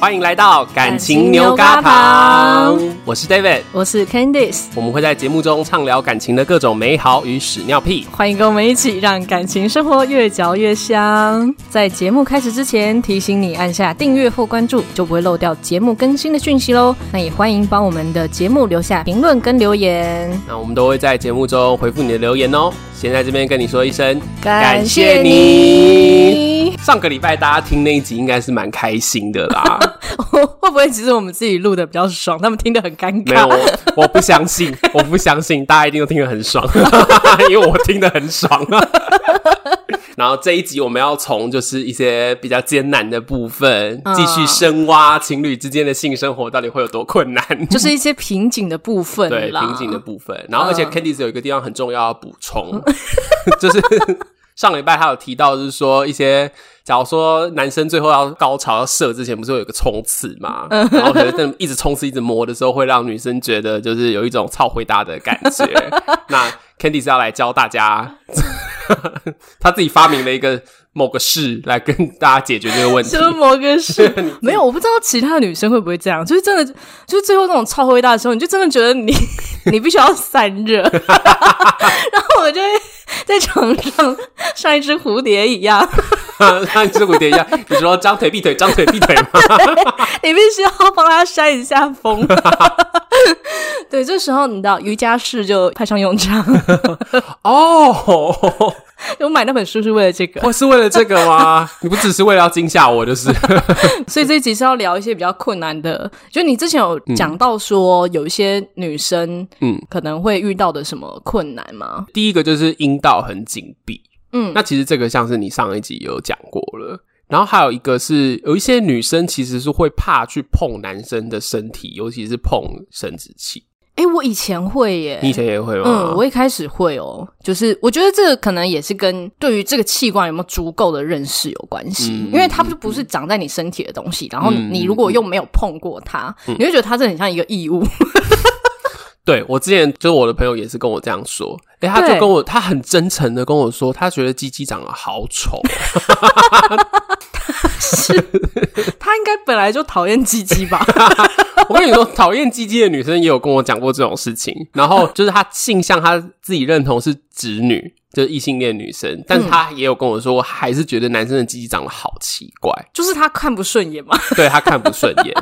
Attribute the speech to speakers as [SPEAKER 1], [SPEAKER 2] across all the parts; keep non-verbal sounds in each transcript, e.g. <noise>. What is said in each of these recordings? [SPEAKER 1] 欢迎来到感情
[SPEAKER 2] 情
[SPEAKER 1] 牛
[SPEAKER 2] 牛
[SPEAKER 1] 轧
[SPEAKER 2] 轧
[SPEAKER 1] 糖
[SPEAKER 2] 糖，
[SPEAKER 1] 我是 David，
[SPEAKER 2] 我是 Candice，
[SPEAKER 1] 我们会在节目中畅聊感情的各种美好与屎尿屁。
[SPEAKER 2] 欢迎跟我们一起让感情生活越嚼越香。在节目开始之前，提醒你按下订阅或关注，就不会漏掉节目更新的讯息喽。那也欢迎帮我们的节目留下评论跟留言，
[SPEAKER 1] 那我们都会在节目中回复你的留言哦。先在这边跟你说一声，
[SPEAKER 2] 感
[SPEAKER 1] 谢
[SPEAKER 2] 谢
[SPEAKER 1] 你
[SPEAKER 2] 你。 <laughs>
[SPEAKER 1] 上个礼拜大家听那一集应该是蛮开心的啦。
[SPEAKER 2] 会不会其实我们自己录的比较爽，他们听得很尴
[SPEAKER 1] 没有，
[SPEAKER 2] 尬？
[SPEAKER 1] 我我不相信，我不相信，大家一定都听得很爽， <laughs> 因为我听得很爽。然后这一集我们要从就是一些比较艰难的部分
[SPEAKER 2] 嗯
[SPEAKER 1] 继续深挖情侣之间的性生活到底会有多困难，
[SPEAKER 2] 就是一些瓶颈的部分
[SPEAKER 1] 对
[SPEAKER 2] 啦，
[SPEAKER 1] 瓶颈的部分。然后而且
[SPEAKER 2] 嗯
[SPEAKER 1] Candice 有一个地方很重要要补充， <laughs> 就是上礼拜他有提到，就是说一些假如说男生最后要高潮要射之前，不是会有个冲刺嘛？
[SPEAKER 2] 嗯
[SPEAKER 1] 然后可能在一直冲刺一直磨的时候，会让女生觉得就是有一种超回答的感觉。那 Candice 要来教大家， <laughs> 他自己发明了一个某个事来跟大家解决这个问题
[SPEAKER 2] 什。么摩根士？没有，我不知道其他女生会不会这样，就是真的，就是最后那种超回答的时候，你就真的觉得你 <laughs> 你必须要散热， <laughs> 然后我就会在床上像一只蝴蝶一样， <laughs>
[SPEAKER 1] 让你这蝴蝶一样，你说张腿闭腿，张腿闭腿吗？ <laughs>
[SPEAKER 2] 你必须要帮它扇一下风。 <laughs> 对，这时候你知道瑜伽室就派上用场。 <laughs>
[SPEAKER 1] 哦。
[SPEAKER 2] 我买那本书是为了这个，
[SPEAKER 1] 我是为了这个吗？ <laughs> 你不只是为了要惊吓我，就是 <laughs>
[SPEAKER 2] 所以这一集是要聊一些比较困难的，就你之前有讲到说有一些女生
[SPEAKER 1] 嗯
[SPEAKER 2] 嗯可能会遇到的什么困难吗？
[SPEAKER 1] 第一个就是阴道很紧闭，
[SPEAKER 2] 嗯
[SPEAKER 1] 那其实这个像是你上一集有讲过了。然后还有一个是，有一些女生其实是会怕去碰男生的身体，尤其是碰生殖器。
[SPEAKER 2] 诶，我以前会耶。
[SPEAKER 1] 你以前也会吗？
[SPEAKER 2] 嗯，我一开始会哦，就是我觉得这个可能也是跟对于这个器官有没有足够的认识有关系，
[SPEAKER 1] 嗯
[SPEAKER 2] 因为它就不是长在你身体的东西，然后
[SPEAKER 1] 嗯
[SPEAKER 2] 你如果又没有碰过它，你会觉得它真的很像一个异物。 <laughs>
[SPEAKER 1] 对我之前就是我的朋友也是跟我这样说，诶、他就
[SPEAKER 2] 对
[SPEAKER 1] 跟我，他很真诚的跟我说，他觉得鸡鸡长得好丑，
[SPEAKER 2] 它应该本来就讨厌鸡鸡吧？ <laughs>
[SPEAKER 1] <laughs> 我跟你说，讨厌鸡鸡的女生也有跟我讲过这种事情。然后就是她性向，她自己认同是直女，就是异性恋女生，但是她也有跟我说，还是觉得男生的鸡鸡长得好奇怪，
[SPEAKER 2] 就是它看不顺眼嘛， <laughs>
[SPEAKER 1] 对她看不顺眼。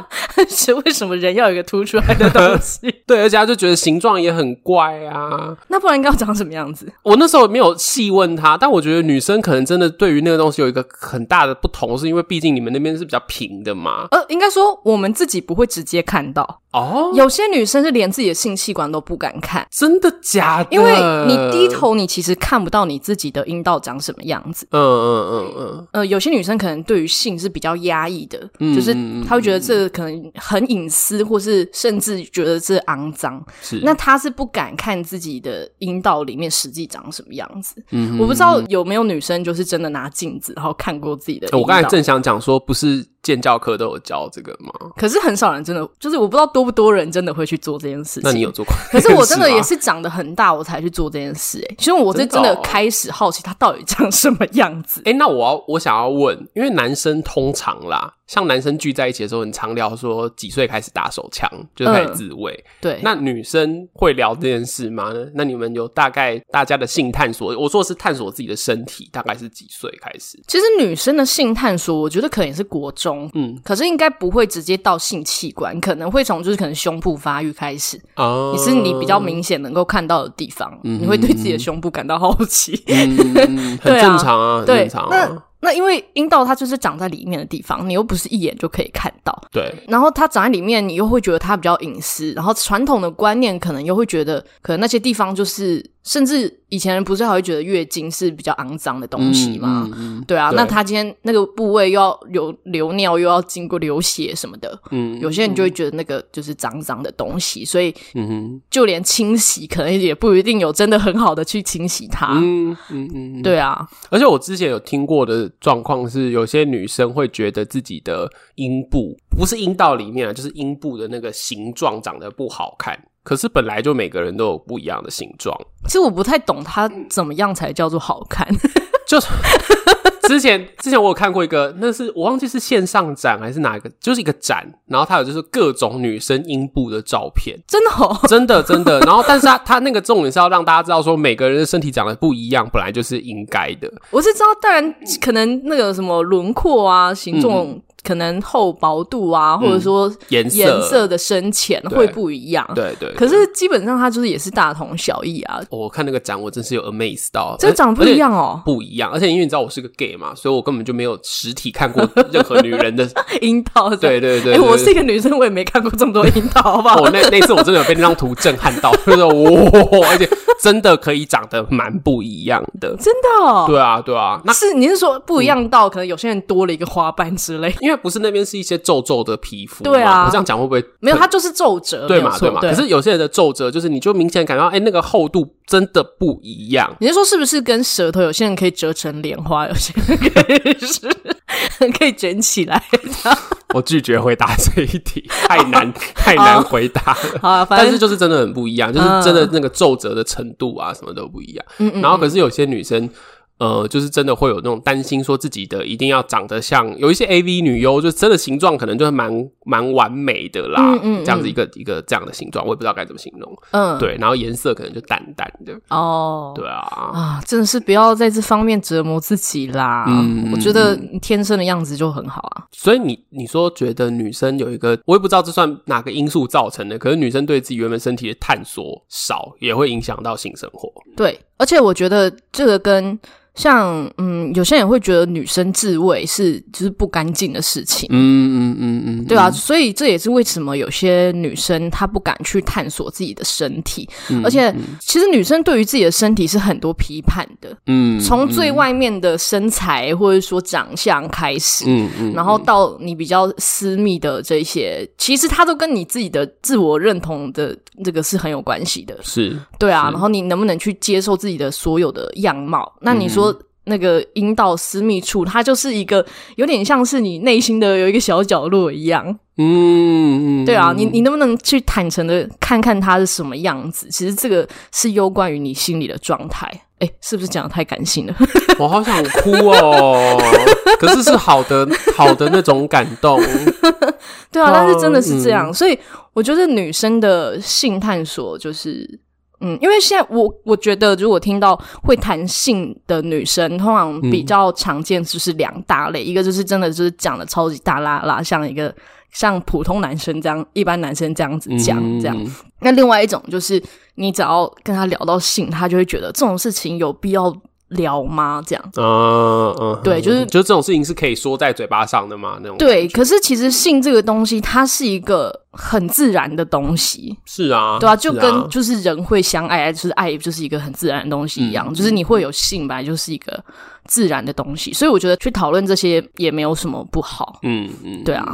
[SPEAKER 2] 是为什么人要有一个凸出来的东西？ <laughs>
[SPEAKER 1] 对，而且她就觉得形状也很怪啊。
[SPEAKER 2] 那不然应该要长什么样子？
[SPEAKER 1] 我那时候没有细问她，但我觉得女生可能真的对于那个东西有一个很大的不同，是因为毕竟你们那边是比较平的嘛。
[SPEAKER 2] 呃，应该说我们自己不会直接看到，
[SPEAKER 1] 哦，
[SPEAKER 2] 有些女生是连自己的性器官都不敢看。
[SPEAKER 1] 真的假的？
[SPEAKER 2] 因为你低，头，你其实看不到你自己的阴道长什么样子。
[SPEAKER 1] 嗯嗯嗯嗯，
[SPEAKER 2] 呃，有些女生可能对于性是比较压抑的，就是她会觉得这可能很隐私，或是甚至觉得这肮脏。
[SPEAKER 1] 是
[SPEAKER 2] 那她是不敢看自己的阴道里面实际长什么样子。我不知道有没有女生就是真的拿镜子然后看过自己的阴道。
[SPEAKER 1] 我刚才正想讲说，不是建教课都有教这个吗？
[SPEAKER 2] 可是很少人真的，就是我不知道多不多人真的会去做这件事情。
[SPEAKER 1] 那你有做过？
[SPEAKER 2] <laughs> 可是
[SPEAKER 1] <laughs>
[SPEAKER 2] 我真的
[SPEAKER 1] 吗
[SPEAKER 2] 也是长得很大，我才去做这件事、欸。哎，其实我是真
[SPEAKER 1] 真的
[SPEAKER 2] 的
[SPEAKER 1] 哦
[SPEAKER 2] 开始好奇它到底长什么样子。
[SPEAKER 1] 哎、那我要我想要问，因为男生通常啦，像男生聚在一起的时候，很常聊说几岁开始打手枪，就是开始自慰。
[SPEAKER 2] 嗯对，
[SPEAKER 1] 那女生会聊这件事吗？那你们有大概大家的性探索？我说的是探索自己的身体，大概是几岁开始？
[SPEAKER 2] 其实女生的性探索，我觉得可能也是国中，
[SPEAKER 1] 嗯
[SPEAKER 2] 嗯，可是应该不会直接到性器官，可能会从就是可能胸部发育开始，
[SPEAKER 1] 啊
[SPEAKER 2] 哦也是你比较明显能够看到的地方，你会对自己的胸部感到好奇。 <laughs>
[SPEAKER 1] 嗯，很
[SPEAKER 2] 对啊
[SPEAKER 1] 正常啊，很
[SPEAKER 2] 对
[SPEAKER 1] 正常，啊
[SPEAKER 2] 那，那因为阴道它就是长在里面的地方，你又不是一眼就可以看到，
[SPEAKER 1] 对。
[SPEAKER 2] 然后它长在里面，你又会觉得它比较隐私，然后传统的观念可能又会觉得，可能那些地方就是，甚至以前人不是还会觉得月经是比较肮脏的东西吗？
[SPEAKER 1] 嗯嗯
[SPEAKER 2] 对啊，
[SPEAKER 1] 对
[SPEAKER 2] 那他今天那个部位又要流流尿，又要经过流血什么的，
[SPEAKER 1] 嗯
[SPEAKER 2] 有些人就会觉得那个就是脏脏的东西，所以
[SPEAKER 1] 嗯哼
[SPEAKER 2] 就连清洗可能也不一定有真的很好的去清洗它。
[SPEAKER 1] 嗯嗯嗯，嗯
[SPEAKER 2] 对啊，
[SPEAKER 1] 而且我之前有听过的状况是，有些女生会觉得自己的阴部不是阴道里面啊，就是阴部的那个形状长得不好看。可是本来就每个人都有不一样的形状，
[SPEAKER 2] 其实我不太懂它怎么样才叫做好看，
[SPEAKER 1] 就是 <laughs> 之前之前我有看过一个，那是我忘记是线上展还是哪一个，就是一个展，然后它有就是各种女生阴部的照
[SPEAKER 2] <laughs>
[SPEAKER 1] 片，
[SPEAKER 2] <laughs> 真的哦，
[SPEAKER 1] 真的真的。然后，但是它它那个重点是要让大家知道说，每个人的身体长得不一样，本来就是应该的。
[SPEAKER 2] 我是知道，当然可能那个什么轮廓啊、形状、可能厚薄度啊，或者说
[SPEAKER 1] 嗯颜色
[SPEAKER 2] 颜色的深浅
[SPEAKER 1] 对
[SPEAKER 2] 会不一样。
[SPEAKER 1] 对对
[SPEAKER 2] 可是基本上它就是也是大同小异啊，
[SPEAKER 1] 哦我看那个展，我真是有 amaze 到，
[SPEAKER 2] 这长得不一样
[SPEAKER 1] 而
[SPEAKER 2] 哦
[SPEAKER 1] 且，不一样。而且因为你知道我是个 gay 嘛，所以我根本就没有实体看过任何女人
[SPEAKER 2] <laughs>
[SPEAKER 1] 的。
[SPEAKER 2] 樱桃这
[SPEAKER 1] 对
[SPEAKER 2] 样。
[SPEAKER 1] 对对
[SPEAKER 2] 哎
[SPEAKER 1] 对
[SPEAKER 2] 我是一个女生，我也没看过这么多樱桃，好不
[SPEAKER 1] <laughs>
[SPEAKER 2] 好？
[SPEAKER 1] 我那那次我真的有被那张图震撼到，就是哇，而且真的可以长得蛮不一样的。
[SPEAKER 2] 真的哦，
[SPEAKER 1] 对啊，对啊，那
[SPEAKER 2] 是你是说不一样到可能有些人多了一个花瓣之类？
[SPEAKER 1] 因为不是那边是一些皱皱的皮肤嘛，
[SPEAKER 2] 对啊
[SPEAKER 1] 我这样讲会不会
[SPEAKER 2] 没有，它就是皱褶，
[SPEAKER 1] 对
[SPEAKER 2] 没有
[SPEAKER 1] 嘛
[SPEAKER 2] 错
[SPEAKER 1] 对嘛？可是有些人的皱褶就是你就明显感觉到，哎、那个厚度真的不一样。
[SPEAKER 2] 你是说是不是跟舌头？有些人可以折成莲花，有些人可以是 <laughs> 可以卷起来。
[SPEAKER 1] 我拒绝回答这一题，太难
[SPEAKER 2] <laughs>
[SPEAKER 1] 太难
[SPEAKER 2] 哦
[SPEAKER 1] 回答了。 <laughs>
[SPEAKER 2] 好啊，反
[SPEAKER 1] 但是
[SPEAKER 2] 正嗯
[SPEAKER 1] 就是真的很不一样，就是真的那个皱褶的程度啊，什么都不一样。
[SPEAKER 2] 嗯嗯
[SPEAKER 1] 然后可是有些女生，呃，就是真的会有那种担心，说自己的一定要长得像有一些 A V 女优，就真的形状可能就是蛮蛮完美的啦，
[SPEAKER 2] 嗯嗯嗯
[SPEAKER 1] 这样子一个一个这样的形状，我也不知道该怎么形容。
[SPEAKER 2] 嗯，
[SPEAKER 1] 对，然后颜色可能就淡淡的，
[SPEAKER 2] 哦，
[SPEAKER 1] 对啊。
[SPEAKER 2] 啊，真的是不要在这方面折磨自己啦。
[SPEAKER 1] 嗯
[SPEAKER 2] 我觉得你天生的样子就很好啊。
[SPEAKER 1] 所以你你说觉得女生有一个，我也不知道这算哪个因素造成的，可是女生对自己原本身体的探索少，也会影响到性生活。
[SPEAKER 2] 对，而且我觉得这个跟像嗯，有些人会觉得女生自慰是就是不干净的事情。
[SPEAKER 1] 嗯嗯嗯嗯，
[SPEAKER 2] 对啊，所以这也是为什么有些女生她不敢去探索自己的身体，而且其实女生对于自己的身体是很多批判的，
[SPEAKER 1] 嗯，
[SPEAKER 2] 从最外面的身材或者说长相开始，
[SPEAKER 1] 嗯嗯，
[SPEAKER 2] 然后到你比较私密的这些，其实它都跟你自己的自我认同的这个是很有关系的。
[SPEAKER 1] 是
[SPEAKER 2] 对啊，然后你能不能去接受自己的所有的样貌？那你
[SPEAKER 1] 嗯
[SPEAKER 2] 说那个阴道私密处，它就是一个有点像是你内心的有一个小角落一样。
[SPEAKER 1] 嗯，嗯
[SPEAKER 2] 对啊，你你能不能去坦诚的看看它是什么样子？其实这个是攸关于你心里的状态。哎，是不是讲的太感性了？
[SPEAKER 1] 我好想哭哦，可是是好的好的那种感
[SPEAKER 2] <laughs>
[SPEAKER 1] 动，
[SPEAKER 2] 对啊，
[SPEAKER 1] 哦
[SPEAKER 2] 但是真的是这样，所以我觉得女生的性探索就是。嗯，因为现在我我觉得，如果听到会谈性的女生，通常比较常见就是两大类，一个就是真的就是讲的超级大啦啦，像一个像普通男生这样，一般男生这样
[SPEAKER 1] 嗯
[SPEAKER 2] 子讲、这样。那另外一种就是，你只要跟他聊到性，他就会觉得这种事情有必要聊吗？这样。
[SPEAKER 1] 嗯嗯，
[SPEAKER 2] 对就是
[SPEAKER 1] 就这种事情是可以说在嘴巴上的嘛，那种
[SPEAKER 2] 对，可是其实性这个东西，它是一个很自然的东西，
[SPEAKER 1] 是啊，
[SPEAKER 2] 对啊，就是跟就是人会相爱，就是爱就是一个很自然的东西一样，
[SPEAKER 1] 嗯
[SPEAKER 2] 就是你会有性本来就是一个自然的东西，所以我觉得去讨论这些也没有什么不好。
[SPEAKER 1] 嗯嗯，
[SPEAKER 2] 对啊，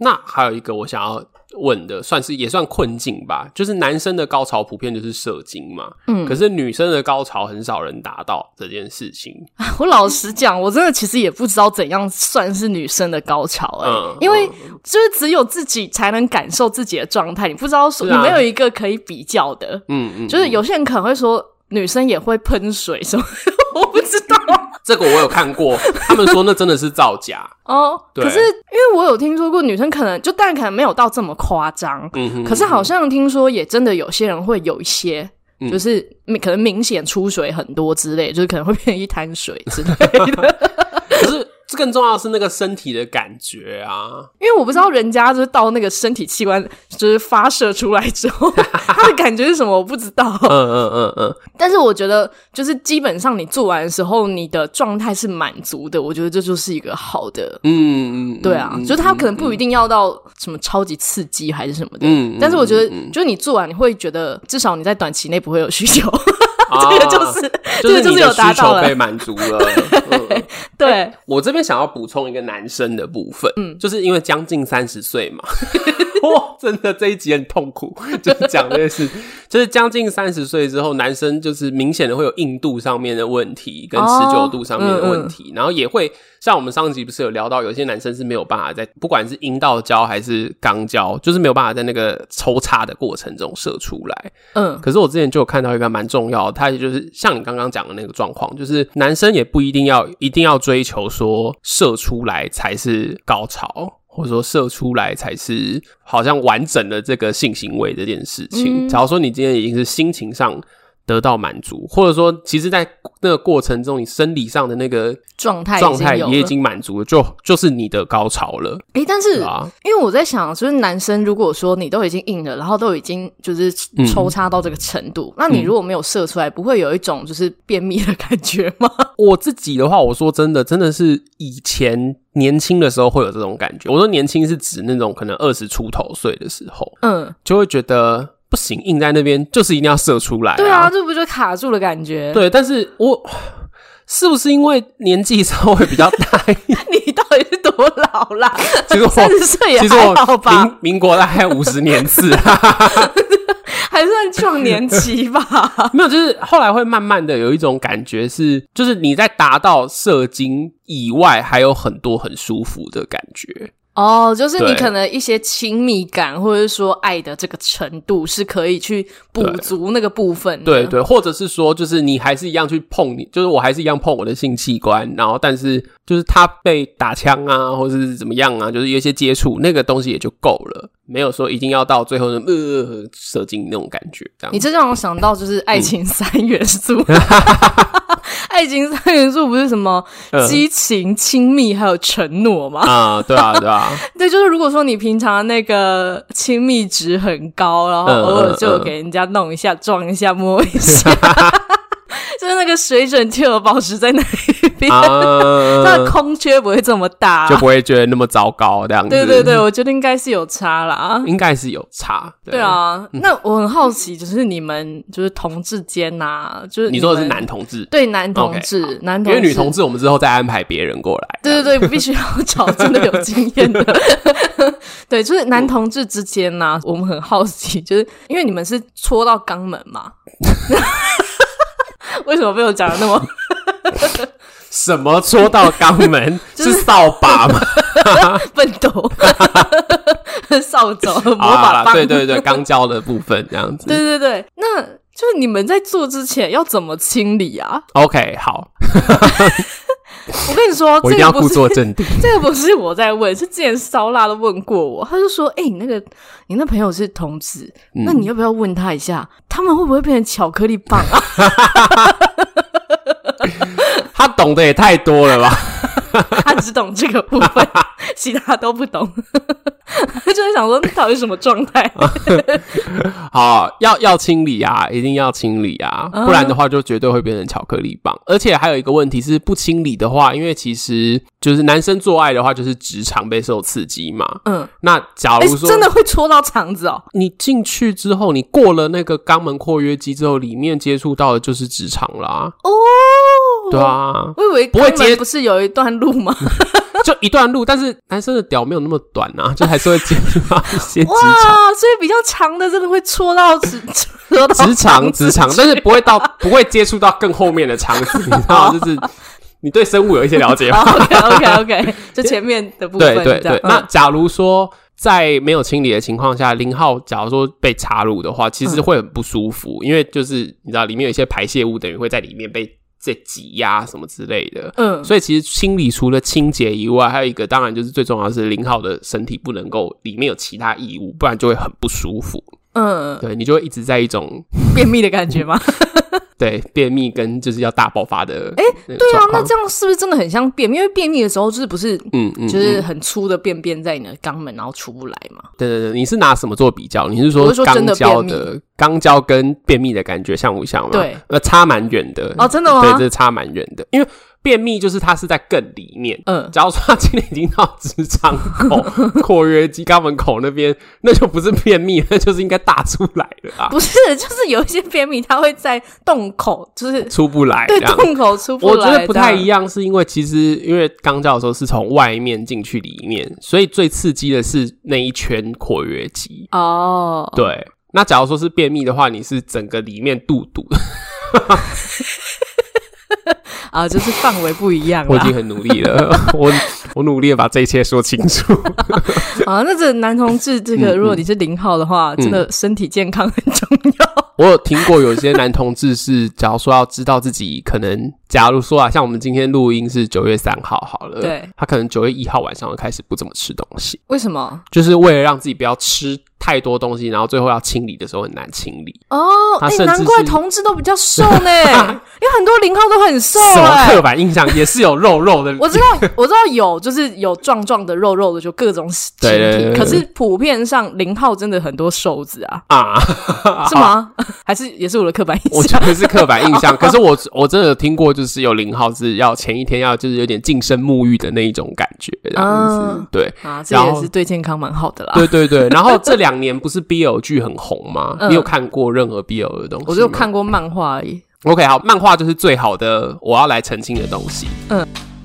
[SPEAKER 1] 那还有一个我想要问的，算是也算困境吧，就是男生的高潮普遍就是射精嘛，嗯，可是女生的高潮很少人达到这件事情，
[SPEAKER 2] <laughs> 我老实讲，我真的其实也不知道怎样算是女生的高潮、欸，
[SPEAKER 1] 嗯
[SPEAKER 2] 因为就是只有自己才能感受自己的状态，你不知道说、
[SPEAKER 1] 是啊
[SPEAKER 2] 你没有一个可以比较的，
[SPEAKER 1] 嗯嗯，
[SPEAKER 2] 就是有些人可能会说女生也会喷水什么， <laughs> 我不知道
[SPEAKER 1] 这个我有看过，他们说那真的是造假，
[SPEAKER 2] 哦。
[SPEAKER 1] 对
[SPEAKER 2] 可是因为我有听说过女生可能就但可能没有到这么夸张，
[SPEAKER 1] 嗯哼，
[SPEAKER 2] 可是好像听说也真的有些人会有一些。
[SPEAKER 1] 嗯
[SPEAKER 2] 就是可能明显出水很多之类，就是可能会变成一滩水之类 <laughs> 的。
[SPEAKER 1] 可是这更重要的是那个身体的感觉啊，
[SPEAKER 2] 因为我不知道人家就是到那个身体器官就是发射出来之后， <laughs> 他的感觉是什么，我不知道。
[SPEAKER 1] 嗯嗯嗯嗯，
[SPEAKER 2] 但是我觉得，就是基本上你做完的时候，你的状态是满足的，我觉得这就是一个好的。
[SPEAKER 1] 嗯嗯，
[SPEAKER 2] 对啊，就是他可能不一定要到什么超级刺激还是什么的，
[SPEAKER 1] 嗯嗯
[SPEAKER 2] 但是我觉得，就是你做完，你会觉得至少你在短期内不会有需求，
[SPEAKER 1] <laughs> 啊
[SPEAKER 2] 这个 <laughs> 就是，
[SPEAKER 1] 就
[SPEAKER 2] 这个
[SPEAKER 1] 是
[SPEAKER 2] 就
[SPEAKER 1] 你
[SPEAKER 2] 是
[SPEAKER 1] 的
[SPEAKER 2] 有达
[SPEAKER 1] 需
[SPEAKER 2] 到
[SPEAKER 1] 求
[SPEAKER 2] 了
[SPEAKER 1] 被，满足了。嗯
[SPEAKER 2] 对，
[SPEAKER 1] 我这边想要补充一个男生的部分，嗯，就是因为将近三十岁嘛，哇，真的这一集很痛苦，就是讲这件事，就是将近三十岁之后，男生就是明显的会有硬度上面的问题，跟持久度上面的问题，然后也会像我们上集不是有聊到，有些男生是没有办法在不管是阴道交还是肛交，就是没有办法在那个抽插的过程中射出来。
[SPEAKER 2] 嗯，
[SPEAKER 1] 可是我之前就有看到一个蛮重要的，它也就是像你刚刚讲的那个状况，就是男生也不一定要一定要追求说射出来才是高潮，或者说射出来才是好像完整的这个性行为这件事情。
[SPEAKER 2] 嗯
[SPEAKER 1] 假如说你今天已经是心情上。得到满足，或者说，其实，在那个过程中，你生理上的那个
[SPEAKER 2] 状态
[SPEAKER 1] 状态
[SPEAKER 2] 有
[SPEAKER 1] 也已
[SPEAKER 2] 了
[SPEAKER 1] 经满足了，就就是你的高潮了，
[SPEAKER 2] 诶，但是
[SPEAKER 1] 对啊，
[SPEAKER 2] 因为我在想，就是男生如果说你都已经硬了，然后都已经就是
[SPEAKER 1] 嗯
[SPEAKER 2] 抽插到这个程度，那你如果没有射出来，不会有一种就是便秘的感觉
[SPEAKER 1] <laughs>
[SPEAKER 2] 吗？
[SPEAKER 1] 我自己的话，我说真的，真的是以前年轻的时候会有这种感觉。我说年轻是指那种可能二十出头岁的时候，
[SPEAKER 2] 嗯，
[SPEAKER 1] 就会觉得不行，硬在那边就是一定要射出来、
[SPEAKER 2] 对啊，，这不就卡住的感觉？
[SPEAKER 1] 对。但是我是不是因为年纪稍微比较
[SPEAKER 2] <laughs>
[SPEAKER 1] 大一点？
[SPEAKER 2] <laughs> 你到底是多老啦？
[SPEAKER 1] 其实
[SPEAKER 2] 三
[SPEAKER 1] 我
[SPEAKER 2] 十岁也
[SPEAKER 1] 其实
[SPEAKER 2] 还好
[SPEAKER 1] 我
[SPEAKER 2] 吧，
[SPEAKER 1] 民民国大概五十年次啊，
[SPEAKER 2] <laughs> 还算壮年期吧。
[SPEAKER 1] 没有，就是后来会慢慢的有一种感觉是，就是你在达到射精以外，还有很多很舒服的感觉。
[SPEAKER 2] <laughs> 哦，就是你
[SPEAKER 1] 对
[SPEAKER 2] 可能一些亲密感，或者说爱的这个程度，是可以去补
[SPEAKER 1] 对
[SPEAKER 2] 足那个部分的。
[SPEAKER 1] 对对，或者是说，就是你还是一样去碰你，就是我还是一样碰我的性器官，然后但是就是他被打枪啊，或是怎么样啊，就是有一些接触，那个东西也就够了，没有说一定要到最后的呃射精那种感觉，这样
[SPEAKER 2] 你这让我想到就是爱情三元素， <laughs> 爱情三元素不是什么
[SPEAKER 1] 嗯
[SPEAKER 2] 激情、亲密还有承诺吗？
[SPEAKER 1] 啊，对啊对啊，
[SPEAKER 2] 对，就是如果说你平常那个亲密值很高，然后
[SPEAKER 1] 嗯
[SPEAKER 2] 偶尔
[SPEAKER 1] 嗯
[SPEAKER 2] 就
[SPEAKER 1] 嗯
[SPEAKER 2] 给人家弄一下、撞一下、摸一下，
[SPEAKER 1] <laughs>
[SPEAKER 2] 就是那个水准就有保持在那里边， <laughs> 那
[SPEAKER 1] 啊
[SPEAKER 2] 个，空缺不会这么大。啊
[SPEAKER 1] 就不会嗯觉得那么糟糕这样子。
[SPEAKER 2] 对对对，，我觉得应该是有差啦。
[SPEAKER 1] 应该是有差。
[SPEAKER 2] 对。啊，
[SPEAKER 1] 嗯
[SPEAKER 2] 那我很好奇，就是你们就是同志间呐、就是
[SPEAKER 1] 你说的是
[SPEAKER 2] 们
[SPEAKER 1] 男同志，
[SPEAKER 2] 对男同
[SPEAKER 1] OK，
[SPEAKER 2] 志男
[SPEAKER 1] 因
[SPEAKER 2] 同
[SPEAKER 1] 为
[SPEAKER 2] 志，
[SPEAKER 1] 女同志我们之后再安排别人过来。
[SPEAKER 2] 对对对，必须要找真的有经验的。 <laughs> 对，就是男同志之间呢、我们很好奇，就是因为你们是戳到肛门
[SPEAKER 1] <laughs>
[SPEAKER 2] 嘛？为什么被我讲的那么？
[SPEAKER 1] 什么戳到肛
[SPEAKER 2] <laughs>
[SPEAKER 1] 门是扫把吗？
[SPEAKER 2] 奋斗， <laughs> 扫帚、魔法
[SPEAKER 1] 啊，
[SPEAKER 2] 棒，
[SPEAKER 1] 对对对，肛交的部分这样子。
[SPEAKER 2] 对对对那就是你们在做之前要怎么清
[SPEAKER 1] <laughs>
[SPEAKER 2] 理啊？
[SPEAKER 1] OK，好，
[SPEAKER 2] 我跟你说，
[SPEAKER 1] 我一
[SPEAKER 2] 这
[SPEAKER 1] 定要
[SPEAKER 2] 个不
[SPEAKER 1] 故
[SPEAKER 2] 是
[SPEAKER 1] 作镇定。
[SPEAKER 2] <laughs> 这个不是我在问，是之前烧腊都问过我，他就说：“哎、你那个你那朋友是同志，
[SPEAKER 1] 嗯
[SPEAKER 2] 那你要不要问他一下，他们会不会变成巧克力棒
[SPEAKER 1] <laughs>
[SPEAKER 2] 啊？
[SPEAKER 1] 他懂得也太多了吧？ <laughs>
[SPEAKER 2] 他只懂这个部分，其他都不懂。” <laughs> 他就在想说，那到底是什么状态？
[SPEAKER 1] 啊好，要要清理啊，一定要清理啊，
[SPEAKER 2] 嗯
[SPEAKER 1] 不然的话就绝对会变成巧克力棒。而且还有一个问题是，不清理的话，因为其实就是男生做爱的话，就是直肠被受刺激嘛。
[SPEAKER 2] 嗯，
[SPEAKER 1] 那假
[SPEAKER 2] 哎、
[SPEAKER 1] 如说
[SPEAKER 2] 真的会戳到肠子哦。
[SPEAKER 1] 你进去之后，你过了那个肛门括约肌之后，里面接触到的就是直肠啦。
[SPEAKER 2] 哦，
[SPEAKER 1] 对，啊，
[SPEAKER 2] 我以为
[SPEAKER 1] 不会
[SPEAKER 2] 肛门
[SPEAKER 1] 接
[SPEAKER 2] 不是有一段路吗？ <laughs>
[SPEAKER 1] 就一段路，但是男生的屌没有那么短啊， <laughs> 就还是会接触到一些直肠。
[SPEAKER 2] 哇，所以比较长的真的会戳到 <laughs> 直戳到
[SPEAKER 1] 直肠，
[SPEAKER 2] 子
[SPEAKER 1] 直肠，
[SPEAKER 2] 去
[SPEAKER 1] 但是不会到， <laughs> 不会接触到更后面的肠子，你知道吗，
[SPEAKER 2] 哦
[SPEAKER 1] 就是你对生物有一些了
[SPEAKER 2] <laughs>
[SPEAKER 1] 解吗？
[SPEAKER 2] OK OK OK，就前面的部分
[SPEAKER 1] 对对
[SPEAKER 2] 这样嗯
[SPEAKER 1] 对。那假如说在没有清理的情况下，零号假如说被插入的话，其
[SPEAKER 2] 嗯
[SPEAKER 1] 实会很不舒服，因为就是你知道里面有一些排泄物，等于会在里面被这挤压什么之类的。
[SPEAKER 2] 嗯
[SPEAKER 1] 所以其实清理除了清洁以外，还有一个当然就是最重要的是零号的身体不能够里面有其他异物，不然就会很不舒服。
[SPEAKER 2] 嗯，
[SPEAKER 1] 对你就会一直在一种
[SPEAKER 2] 便秘的感觉 <laughs> 吗？
[SPEAKER 1] 对便秘跟就是要大爆发的哎、
[SPEAKER 2] 对
[SPEAKER 1] 对
[SPEAKER 2] 啊，那这样是不是真的很像便秘？因为便秘的时候就是不是
[SPEAKER 1] 嗯嗯，
[SPEAKER 2] 就是很粗的便便在你的肛门，然后出不来嘛？
[SPEAKER 1] 对对对，你是拿什么做比较？你是
[SPEAKER 2] 我
[SPEAKER 1] 说
[SPEAKER 2] 是说真
[SPEAKER 1] 肛
[SPEAKER 2] 的
[SPEAKER 1] 交
[SPEAKER 2] 便秘
[SPEAKER 1] 的肛交跟便秘的感觉像不像嘛？
[SPEAKER 2] 对
[SPEAKER 1] 呃，差蛮远的
[SPEAKER 2] 哦真的吗
[SPEAKER 1] 对，这差蛮远的，因为便秘就是它是在更里面。
[SPEAKER 2] 嗯
[SPEAKER 1] 假如说他今天已经到直肠口、 <laughs> 括约肌、肛门口那边，那就不是便秘，那就是应该大出来了啊，
[SPEAKER 2] 不是，就是有一些便秘，它会在洞口，就是
[SPEAKER 1] 出不来哎这
[SPEAKER 2] 对
[SPEAKER 1] 样。
[SPEAKER 2] 洞口出不来。
[SPEAKER 1] 我觉得不太一
[SPEAKER 2] 样。
[SPEAKER 1] 样，是因为其实因为刚教的时候是从外面进去里面，所以最刺激的是那一圈括约肌。
[SPEAKER 2] 哦，
[SPEAKER 1] 对，那假如说是便秘的话，你是整个里面肚肚，
[SPEAKER 2] 啊，就是范围不一样
[SPEAKER 1] 我已
[SPEAKER 2] 啦。
[SPEAKER 1] 经很努力
[SPEAKER 2] <laughs>
[SPEAKER 1] 了，我我努力的把这一切说清楚。
[SPEAKER 2] 啊，那这男同志，这个
[SPEAKER 1] 嗯
[SPEAKER 2] 如果你是零号的话，真的身体健康很重要。
[SPEAKER 1] 我有听过有些男同志是，假如说要知道自己可能，假如说啊，像我们今天录音是九月三号好了，
[SPEAKER 2] 对，
[SPEAKER 1] 他可能九月一号晚上就开始不怎么吃东西，
[SPEAKER 2] 为什么？
[SPEAKER 1] 就是为了让自己不要吃太多东西，然后最后要清理的时候很难清理。
[SPEAKER 2] 哦，
[SPEAKER 1] 他
[SPEAKER 2] 哎、
[SPEAKER 1] 甚至
[SPEAKER 2] 难怪
[SPEAKER 1] 是
[SPEAKER 2] 同志都比较瘦
[SPEAKER 1] <laughs>
[SPEAKER 2] 呢，因为很多零号都很瘦
[SPEAKER 1] 什 <laughs> 么
[SPEAKER 2] 哎、
[SPEAKER 1] 刻板印象也是有肉肉的，
[SPEAKER 2] <laughs> 我知道，我知道有，就是有壮壮的、肉肉的，就各种形体。
[SPEAKER 1] 对对对对
[SPEAKER 2] 可是普遍上，零号真的很多瘦子啊，
[SPEAKER 1] 啊，
[SPEAKER 2] <laughs> 是吗？ <laughs> 还是也是我的刻板印
[SPEAKER 1] 我觉
[SPEAKER 2] 象？
[SPEAKER 1] 得是刻板印象。 <laughs> 可是我我真的有听过，就是有零号是要前一天要就是有点净身沐浴的那一种感觉，这样子，
[SPEAKER 2] 嗯
[SPEAKER 1] 对。
[SPEAKER 2] 啊，这
[SPEAKER 1] 然
[SPEAKER 2] 也
[SPEAKER 1] 后
[SPEAKER 2] 是对健康蛮好的啦。
[SPEAKER 1] <laughs> 对对对，然后这两年不是 BL 剧很红吗？
[SPEAKER 2] 嗯
[SPEAKER 1] 你有看过任何 BL 的东西吗？
[SPEAKER 2] 我就看过漫画而已。
[SPEAKER 1] OK，好，漫画就是最好的，我要来澄清的东西。
[SPEAKER 2] 嗯，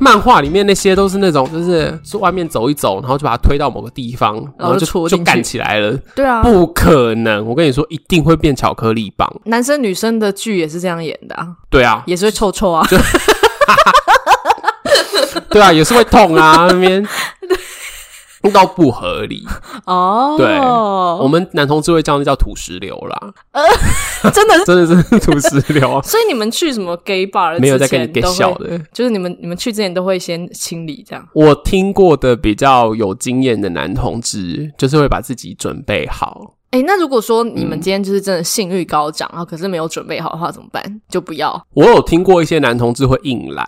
[SPEAKER 1] 漫画里面那些都是那种，就是是外面走一走，然后就把它推到某个地方，然后
[SPEAKER 2] 就
[SPEAKER 1] 就
[SPEAKER 2] 戳
[SPEAKER 1] 就
[SPEAKER 2] 进去
[SPEAKER 1] 干起来了。
[SPEAKER 2] 对啊，
[SPEAKER 1] 不可能，我跟你说，一定会变巧克力棒。
[SPEAKER 2] 男生女生的剧也是这样演的啊，
[SPEAKER 1] 对
[SPEAKER 2] <laughs>
[SPEAKER 1] 啊，
[SPEAKER 2] 也是会臭臭啊。
[SPEAKER 1] 对啊，也是会痛啊，
[SPEAKER 2] <laughs>
[SPEAKER 1] 那边都不合理。
[SPEAKER 2] 哦，
[SPEAKER 1] 对我们男同志会叫那叫土石流啦，
[SPEAKER 2] 真的是。
[SPEAKER 1] 真的是土石流
[SPEAKER 2] <laughs>
[SPEAKER 1] 啊，
[SPEAKER 2] 所以你们去什么 gay bar 之前
[SPEAKER 1] 没有在跟你给
[SPEAKER 2] 都会
[SPEAKER 1] 笑的。
[SPEAKER 2] 就是你们你们去之前都会先清理这样。
[SPEAKER 1] 我听过的比较有经验的男同志，就是会把自己准备好。
[SPEAKER 2] 哎、那如果说你
[SPEAKER 1] 嗯
[SPEAKER 2] 们今天就是真的性欲高涨，然后可是没有准备好的话，怎么办？就不要
[SPEAKER 1] 我有听过一些男同志会硬来，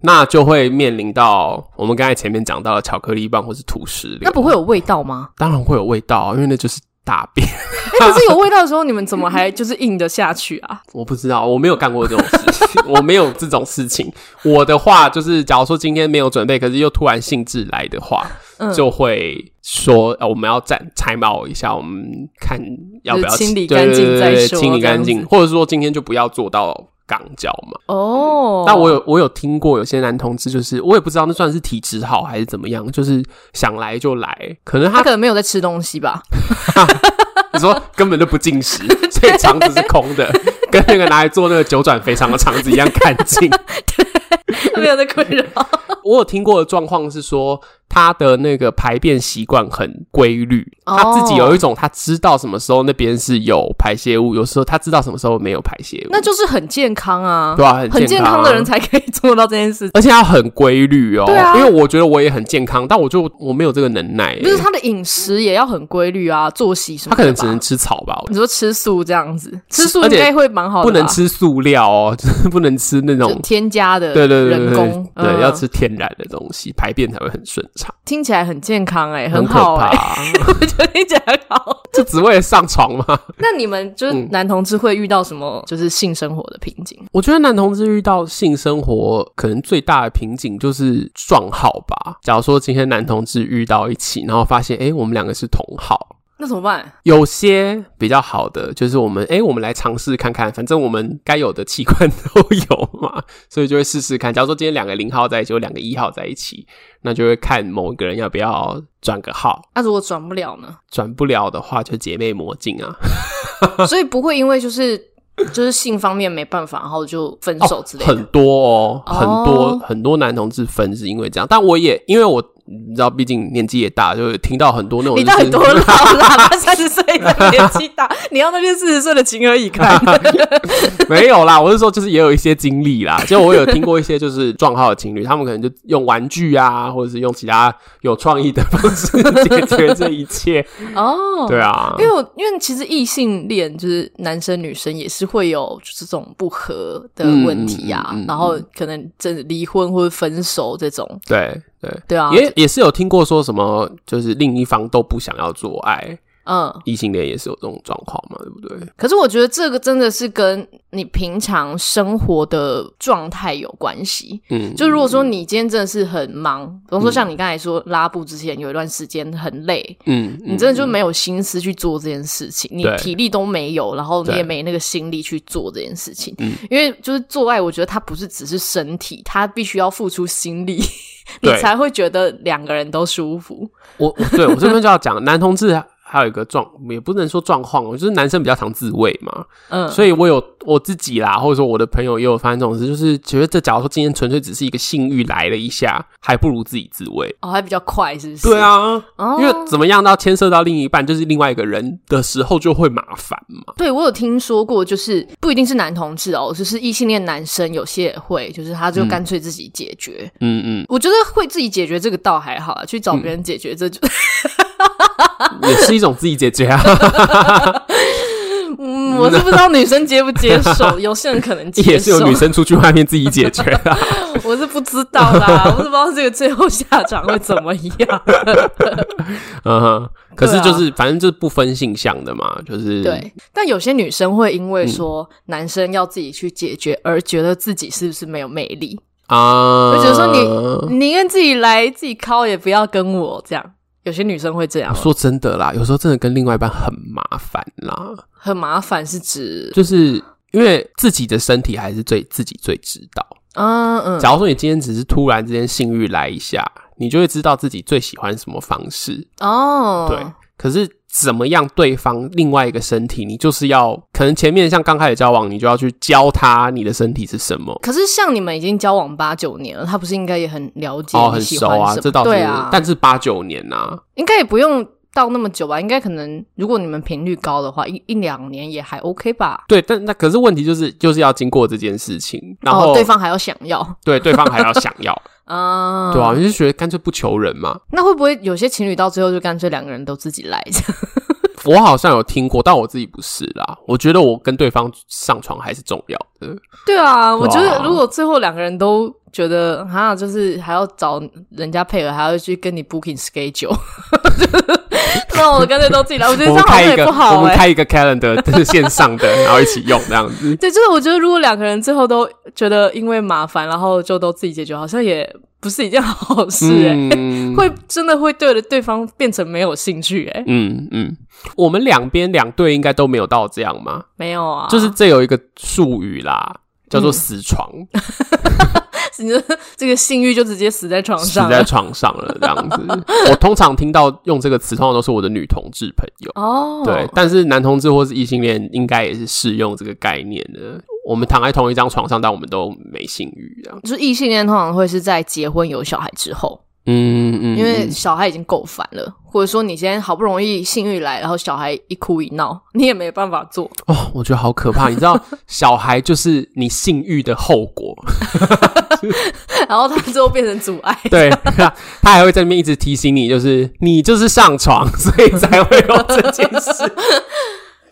[SPEAKER 1] 那就会面临到我们刚才前面讲到的巧克力棒或是土石流。
[SPEAKER 2] 那不会，有味道
[SPEAKER 1] <laughs>
[SPEAKER 2] 吗？
[SPEAKER 1] 当然会有味道啊，因为那就是大便。
[SPEAKER 2] 哎、可是有味道的时候，你们怎么还就是硬得下去啊？
[SPEAKER 1] 我不知道，我没有干过这种事情，我没有这种事情。我的话就是，假如说今天没有准备，可是又突然兴致来的话，
[SPEAKER 2] 嗯
[SPEAKER 1] 就会说、呃我们要暂 time out 一下，我们看要不要
[SPEAKER 2] 就是清理
[SPEAKER 1] 对
[SPEAKER 2] 干净
[SPEAKER 1] 对对
[SPEAKER 2] 再
[SPEAKER 1] 对
[SPEAKER 2] 说
[SPEAKER 1] 清理
[SPEAKER 2] 这样
[SPEAKER 1] 干净，
[SPEAKER 2] 子
[SPEAKER 1] 或者说今天就不要做到肛交嘛。
[SPEAKER 2] 哦，
[SPEAKER 1] 但我有我有听过有些男同志，就是我也不知道那算是体质好还是怎么样，就是想来就来，可能
[SPEAKER 2] <laughs> 他
[SPEAKER 1] 他
[SPEAKER 2] 可能没有在吃东西吧？
[SPEAKER 1] 你说根本就不进食，所以肠子是空的，跟那个拿来做那个九转肥肠的肠子一样干净。
[SPEAKER 2] 他没有在困扰。
[SPEAKER 1] 我有听过的状况是说，他的那个排便习惯很规律，
[SPEAKER 2] 哦
[SPEAKER 1] 他自己有一种他知道什么时候那边是有排泄物，有时候他知道什么时候没有排泄物，
[SPEAKER 2] <laughs> 那就是很健康啊，
[SPEAKER 1] 对啊，
[SPEAKER 2] 很
[SPEAKER 1] 健
[SPEAKER 2] 健
[SPEAKER 1] 康
[SPEAKER 2] 康
[SPEAKER 1] 啊
[SPEAKER 2] 的人。才可以做到这件事。
[SPEAKER 1] 而且要很规律哦，
[SPEAKER 2] 对啊
[SPEAKER 1] 因为我觉得我也很健康，但我就我没有这个能耐、欸
[SPEAKER 2] 就是他的饮食也要很规律啊，作息什
[SPEAKER 1] 他
[SPEAKER 2] 么的吧。
[SPEAKER 1] 可能只能吃草吧，
[SPEAKER 2] 你说吃素这样子，吃素
[SPEAKER 1] 而
[SPEAKER 2] 应
[SPEAKER 1] 且
[SPEAKER 2] 该会蛮好的吧，
[SPEAKER 1] 不能吃塑料哦， <laughs> 就是不能吃那
[SPEAKER 2] 就
[SPEAKER 1] 种，
[SPEAKER 2] 添加的，
[SPEAKER 1] 对对对对
[SPEAKER 2] 人
[SPEAKER 1] 对
[SPEAKER 2] 工，，
[SPEAKER 1] 对
[SPEAKER 2] 嗯
[SPEAKER 1] 要吃天然的东西，排便才会很顺畅，
[SPEAKER 2] 听起来很健康哎、
[SPEAKER 1] 很可
[SPEAKER 2] 好
[SPEAKER 1] 怕
[SPEAKER 2] 哎、
[SPEAKER 1] 啊，
[SPEAKER 2] <laughs> 我觉得听起来很好。
[SPEAKER 1] <laughs> 这只为了上床吗？
[SPEAKER 2] 那你们就是
[SPEAKER 1] 嗯
[SPEAKER 2] 男同志会遇到什么就是性生活的瓶颈？
[SPEAKER 1] 我觉得男同志遇到性生活可能最大的瓶颈就是撞号吧。假如说今天男同志遇到一起，然后发现诶我们两个是同号。
[SPEAKER 2] 那怎么办？
[SPEAKER 1] 有些比较好的就是我们诶我们来尝试看看，反正我们该有的器官都有嘛， <laughs> 所以就会试试看。假如说今天两个零号在一起，或两个一号在一起，那就会看某一个人要不要转个号，
[SPEAKER 2] 那、如果转不了呢？
[SPEAKER 1] 转不了的话就姐妹魔镜啊。
[SPEAKER 2] 所以不会因为就是就是性方面没办法，然后就分手之类的。
[SPEAKER 1] 很多哦，
[SPEAKER 2] 哦
[SPEAKER 1] 很多很多男同志分是因为这样，但我也因为我你知道，毕竟年纪也大，就听到很多那种
[SPEAKER 2] 你
[SPEAKER 1] 就
[SPEAKER 2] 到
[SPEAKER 1] 是
[SPEAKER 2] 底多老啦？他三十岁的年纪大，你要那些四十岁的情何以堪？
[SPEAKER 1] <laughs> 没有啦，我是说，就是也有一些经历啦。就我有听过一些就是撞号的情侣，他们可能就用玩具啊，或者是用其他有创意的方式解决这一切。
[SPEAKER 2] <laughs> 哦，
[SPEAKER 1] 对啊
[SPEAKER 2] 因，为我因为其实异性恋就是男生女生也是会有就是这种不和的问题呀、
[SPEAKER 1] 嗯嗯嗯嗯
[SPEAKER 2] 然后可能真的离婚或者分手这种，
[SPEAKER 1] 对对，
[SPEAKER 2] 对啊，
[SPEAKER 1] 也也是有听过说什么，就是另一方都不想要做爱，
[SPEAKER 2] 嗯。
[SPEAKER 1] 异性恋也是有这种状况嘛，对不对？
[SPEAKER 2] 可是我觉得这个真的是跟你平常生活的状态有关系。
[SPEAKER 1] 嗯，
[SPEAKER 2] 就如果说你今天真的是很忙，比方说像你刚才说拉布之前有一段时间很累，
[SPEAKER 1] 嗯，嗯
[SPEAKER 2] 你真的就没有心思去做这件事情，你
[SPEAKER 1] 对
[SPEAKER 2] 体力都没有，然后你
[SPEAKER 1] 对
[SPEAKER 2] 也没那个心力去做这件事情。
[SPEAKER 1] 嗯
[SPEAKER 2] 因为就是做爱，我觉得它不是只是身体，它必须要付出心力， <laughs> 你
[SPEAKER 1] 对
[SPEAKER 2] 才会觉得两个人都舒服。
[SPEAKER 1] 我我对我这边就要讲，男同志还有一个状，也不能说状况，就是男生比较常自慰嘛，
[SPEAKER 2] 嗯，
[SPEAKER 1] 所以我有我自己啦，或者说我的朋友也有发生这种事，就是觉得这假如说今天纯粹只是一个性欲来了一下，还不如自己自慰。
[SPEAKER 2] 哦，还比较快，是不是？
[SPEAKER 1] 对，啊，
[SPEAKER 2] 哦
[SPEAKER 1] 因为怎么样到牵涉到另一半，就是另外一个人的时候就会麻烦嘛。
[SPEAKER 2] 对，我有听说过，就是不一定是男同志哦，就是异性恋男生有些也会，就是他就干脆自己解决。
[SPEAKER 1] 嗯
[SPEAKER 2] 我觉得会自己解决这个倒还好啊，去找别人解决
[SPEAKER 1] <laughs>
[SPEAKER 2] 这就，
[SPEAKER 1] 嗯， <laughs> 也是一种自己解决啊，
[SPEAKER 2] 嗯，我是不知道女生接不接
[SPEAKER 1] <laughs>
[SPEAKER 2] 受，有些人可能接受，
[SPEAKER 1] 也是有女生出去外面自己解决
[SPEAKER 2] <laughs>
[SPEAKER 1] 啊。
[SPEAKER 2] 我是不知道
[SPEAKER 1] <laughs>
[SPEAKER 2] 啦，我是不知道这个最后下场会怎么样。
[SPEAKER 1] 嗯哼，可是
[SPEAKER 2] 对啊
[SPEAKER 1] 就是反正就是不分性向的嘛，就是
[SPEAKER 2] 对，但有些女生会因为说
[SPEAKER 1] 嗯
[SPEAKER 2] 男生要自己去解决，而觉得自己是不是没有魅力？
[SPEAKER 1] 啊，
[SPEAKER 2] 我觉得说
[SPEAKER 1] <laughs>
[SPEAKER 2] 你
[SPEAKER 1] 嗯
[SPEAKER 2] 宁愿自己来自己敲，也不要跟我这样。有些女生会这样，
[SPEAKER 1] 说真的啦，有时候真的跟另外一半很麻烦啦，
[SPEAKER 2] 很麻烦，是指
[SPEAKER 1] 就是因为自己的身体还是最自己最知道。
[SPEAKER 2] 嗯嗯
[SPEAKER 1] 假如说你今天只是突然之间性欲来一下，你就会知道自己最喜欢什么方式，
[SPEAKER 2] 哦，
[SPEAKER 1] 对。可是怎么样，对方另外一个身体，你就是要可能前面像刚开始交往，你就要去教他你的身体是什么。
[SPEAKER 2] 可是像你们已经交往八九年了，他不是应该也很了解
[SPEAKER 1] 哦，
[SPEAKER 2] 你
[SPEAKER 1] 很
[SPEAKER 2] 喜
[SPEAKER 1] 熟
[SPEAKER 2] 欢
[SPEAKER 1] 啊，
[SPEAKER 2] 什么？
[SPEAKER 1] 这倒是，
[SPEAKER 2] 对啊，
[SPEAKER 1] 但是八九年呐、啊，
[SPEAKER 2] 应该也不用到那么久吧？应该可能如果你们频率高的话，一一两年也还 OK 吧？
[SPEAKER 1] 对，但那可是问题就是，就是要经过这件事情，然后、
[SPEAKER 2] 哦、对方还要想要
[SPEAKER 1] 对对方还要想要，
[SPEAKER 2] 啊，
[SPEAKER 1] 对啊，你就觉得干脆不求人嘛，
[SPEAKER 2] 那会不会有些情侣到最后就干脆两个人都自己来？ <laughs> 这样
[SPEAKER 1] 我好像有听过，但我自己不是啦。我觉得我跟对方上床还是重要的。
[SPEAKER 2] 对啊，我觉得如果最后两个人都觉得哈，就是还要找人家配合，还要去跟你 booking schedule，那 <laughs> 我干脆都自己来。我觉得
[SPEAKER 1] 我们
[SPEAKER 2] 这样好像
[SPEAKER 1] 开一
[SPEAKER 2] 也
[SPEAKER 1] 个，
[SPEAKER 2] 不
[SPEAKER 1] 我
[SPEAKER 2] 好
[SPEAKER 1] 们
[SPEAKER 2] 哎、
[SPEAKER 1] 开一个 calendar，就是线上的，然后一起用这样子。
[SPEAKER 2] 对，就是我觉得如果两个人最后都觉得因为麻烦，然后就都自己解决，好像也不 <laughs> 是一件好事哎、
[SPEAKER 1] 嗯
[SPEAKER 2] 会真的会对了对方变成没有兴趣哎、
[SPEAKER 1] 嗯嗯，我们两边两队应该都没有到这样嘛。
[SPEAKER 2] 没有啊，嗯
[SPEAKER 1] 就是这有一个术语啦，叫做死床，
[SPEAKER 2] <laughs> 你的这个性欲就直接死在床
[SPEAKER 1] 死
[SPEAKER 2] 上
[SPEAKER 1] 在
[SPEAKER 2] 了
[SPEAKER 1] 床上了这样子。我通常听到用这个词，通常都是我的女同志朋友。
[SPEAKER 2] 哦，
[SPEAKER 1] 对，但是男同志或是异性恋应该也是适用这个概念的。我们躺在同一张床上，但我们都没性欲，这样。
[SPEAKER 2] 就是异性恋通常会是在结婚有小孩之后，
[SPEAKER 1] 嗯嗯，
[SPEAKER 2] 因为
[SPEAKER 1] 嗯
[SPEAKER 2] 小孩已经够烦了，或者说你今天好不容易性欲来，然后小孩一哭一闹，你也没办法做。
[SPEAKER 1] 哦，我觉得好可怕。你知 <laughs> 道，小孩就是你性欲的后果，
[SPEAKER 2] 然后他最后变成阻碍。
[SPEAKER 1] <laughs>
[SPEAKER 2] <laughs>
[SPEAKER 1] 对， <laughs> 他他还会在那边一直提醒你，就是你就是上床，所以才会有这件事。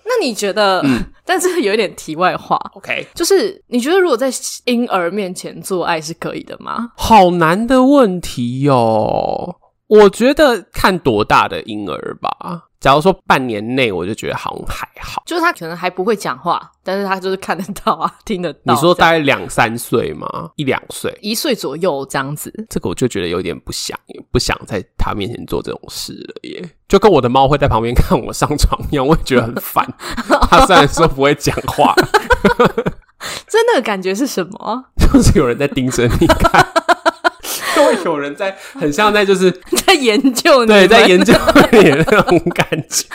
[SPEAKER 2] 那你觉得？
[SPEAKER 1] 嗯
[SPEAKER 2] 但是有一点题外话，
[SPEAKER 1] <laughs> OK，
[SPEAKER 2] 就是你觉得如果在婴儿面前做爱是可以的吗？
[SPEAKER 1] 好难的问题哟、我觉得看多大的婴儿吧。假如说半年内，我就觉得好像还好。
[SPEAKER 2] 就是他可能还不会讲话，但是他就是看得到啊，听得到。
[SPEAKER 1] 你说
[SPEAKER 2] 这样
[SPEAKER 1] 大概两三岁吗？一两岁，
[SPEAKER 2] 一岁左右这样子，
[SPEAKER 1] 这个我就觉得有点不想，不想在他面前做这种事了耶。就跟我的猫会在旁边看我上床一样，我也觉得很
[SPEAKER 2] <laughs>
[SPEAKER 1] 烦。它虽然说不会讲话，
[SPEAKER 2] 真的感觉是什么啊？ <laughs>
[SPEAKER 1] 就是有人在盯着你看。就会有人在很像在就是
[SPEAKER 2] 在研究 <laughs> 你
[SPEAKER 1] 对
[SPEAKER 2] 们，
[SPEAKER 1] 在研究你的那种感觉。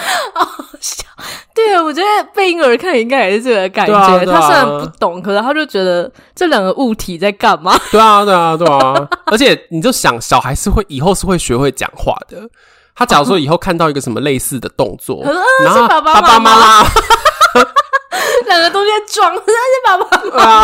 [SPEAKER 2] <laughs> 对，我觉得被婴儿看应该也是这个感觉。
[SPEAKER 1] 对啊对啊
[SPEAKER 2] 他虽然不懂，可是他就觉得这两个物体在干嘛？ <laughs>
[SPEAKER 1] 对啊，对啊，对啊！而且你就想，小孩是会以后是会学会讲话的。他假如说以后看到一个什么类似的动作，
[SPEAKER 2] <laughs> 呃
[SPEAKER 1] 然后
[SPEAKER 2] 是爸爸
[SPEAKER 1] 爸
[SPEAKER 2] 妈
[SPEAKER 1] 妈
[SPEAKER 2] 妈两个东西在撞，但是爸爸
[SPEAKER 1] 对啊，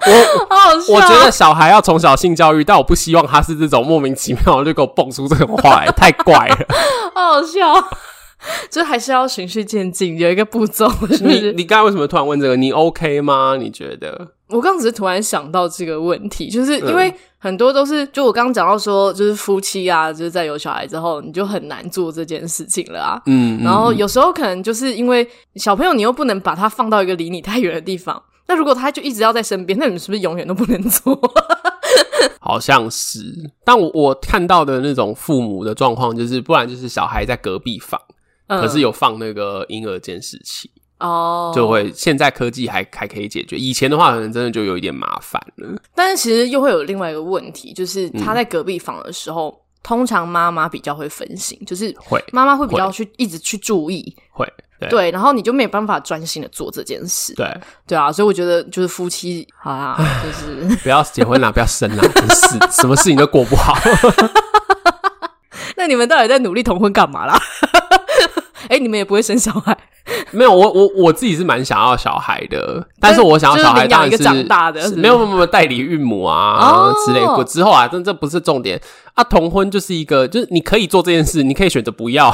[SPEAKER 1] <laughs> 我
[SPEAKER 2] 好好笑。
[SPEAKER 1] 我觉得小孩要从小性教育，但我不希望他是这种莫名其妙就给我蹦出这种话来，太怪了。
[SPEAKER 2] <laughs> 好好笑， <laughs> 就还是要循序渐进，有一个步骤。是不
[SPEAKER 1] 你
[SPEAKER 2] 是？
[SPEAKER 1] 你刚才为什么突然问这个？你 OK 吗？你觉得？
[SPEAKER 2] 我刚刚只是突然想到这个问题，就是
[SPEAKER 1] 嗯
[SPEAKER 2] 因为很多都是，就我刚刚讲到说，就是夫妻啊，就是在有小孩之后，你就很难做这件事情了啊。
[SPEAKER 1] 嗯，
[SPEAKER 2] 然后
[SPEAKER 1] 嗯
[SPEAKER 2] 有时候可能就是因为小朋友，你又不能把他放到一个离你太远的地方。那如果他就一直要在身边，那你们是不是永远都不能做？
[SPEAKER 1] 好像是，但我我看到的那种父母的状况，就是不然就是小孩在隔壁房，
[SPEAKER 2] 嗯
[SPEAKER 1] <laughs> 可是有放那个婴儿监视器。
[SPEAKER 2] 哦，
[SPEAKER 1] 就会现在科技还还可以解决，以前的话可能真的就有一点麻烦了。
[SPEAKER 2] 但是其实又会有另外一个问题，就是
[SPEAKER 1] 嗯
[SPEAKER 2] 他在隔壁房的时候，通常妈妈比较会分心，就是
[SPEAKER 1] 会
[SPEAKER 2] 妈妈会比较去一直去注意，
[SPEAKER 1] 会，对
[SPEAKER 2] 对，然后你就没有办法专心的做这件事，
[SPEAKER 1] 对，
[SPEAKER 2] 对啊，所以我觉得就是夫妻
[SPEAKER 1] <sighs>
[SPEAKER 2] 啊，就是 <laughs>
[SPEAKER 1] 不要结婚啦，不要生啦，真是什么事情都过不好。
[SPEAKER 2] 那你们到底在努力同婚干嘛啦？ <laughs> 哎、你们也不会生小孩，
[SPEAKER 1] 没有，我我我自己是蛮想要小孩的，但是我想要小孩当然
[SPEAKER 2] 就是领养一个长大的
[SPEAKER 1] 是
[SPEAKER 2] 是
[SPEAKER 1] 没有没有没有代理孕母啊
[SPEAKER 2] 哦
[SPEAKER 1] 之类的。之后啊，但这不是重点啊。同婚就是一个，就是你可以做这件事，你可以选择不
[SPEAKER 2] <laughs>
[SPEAKER 1] 要，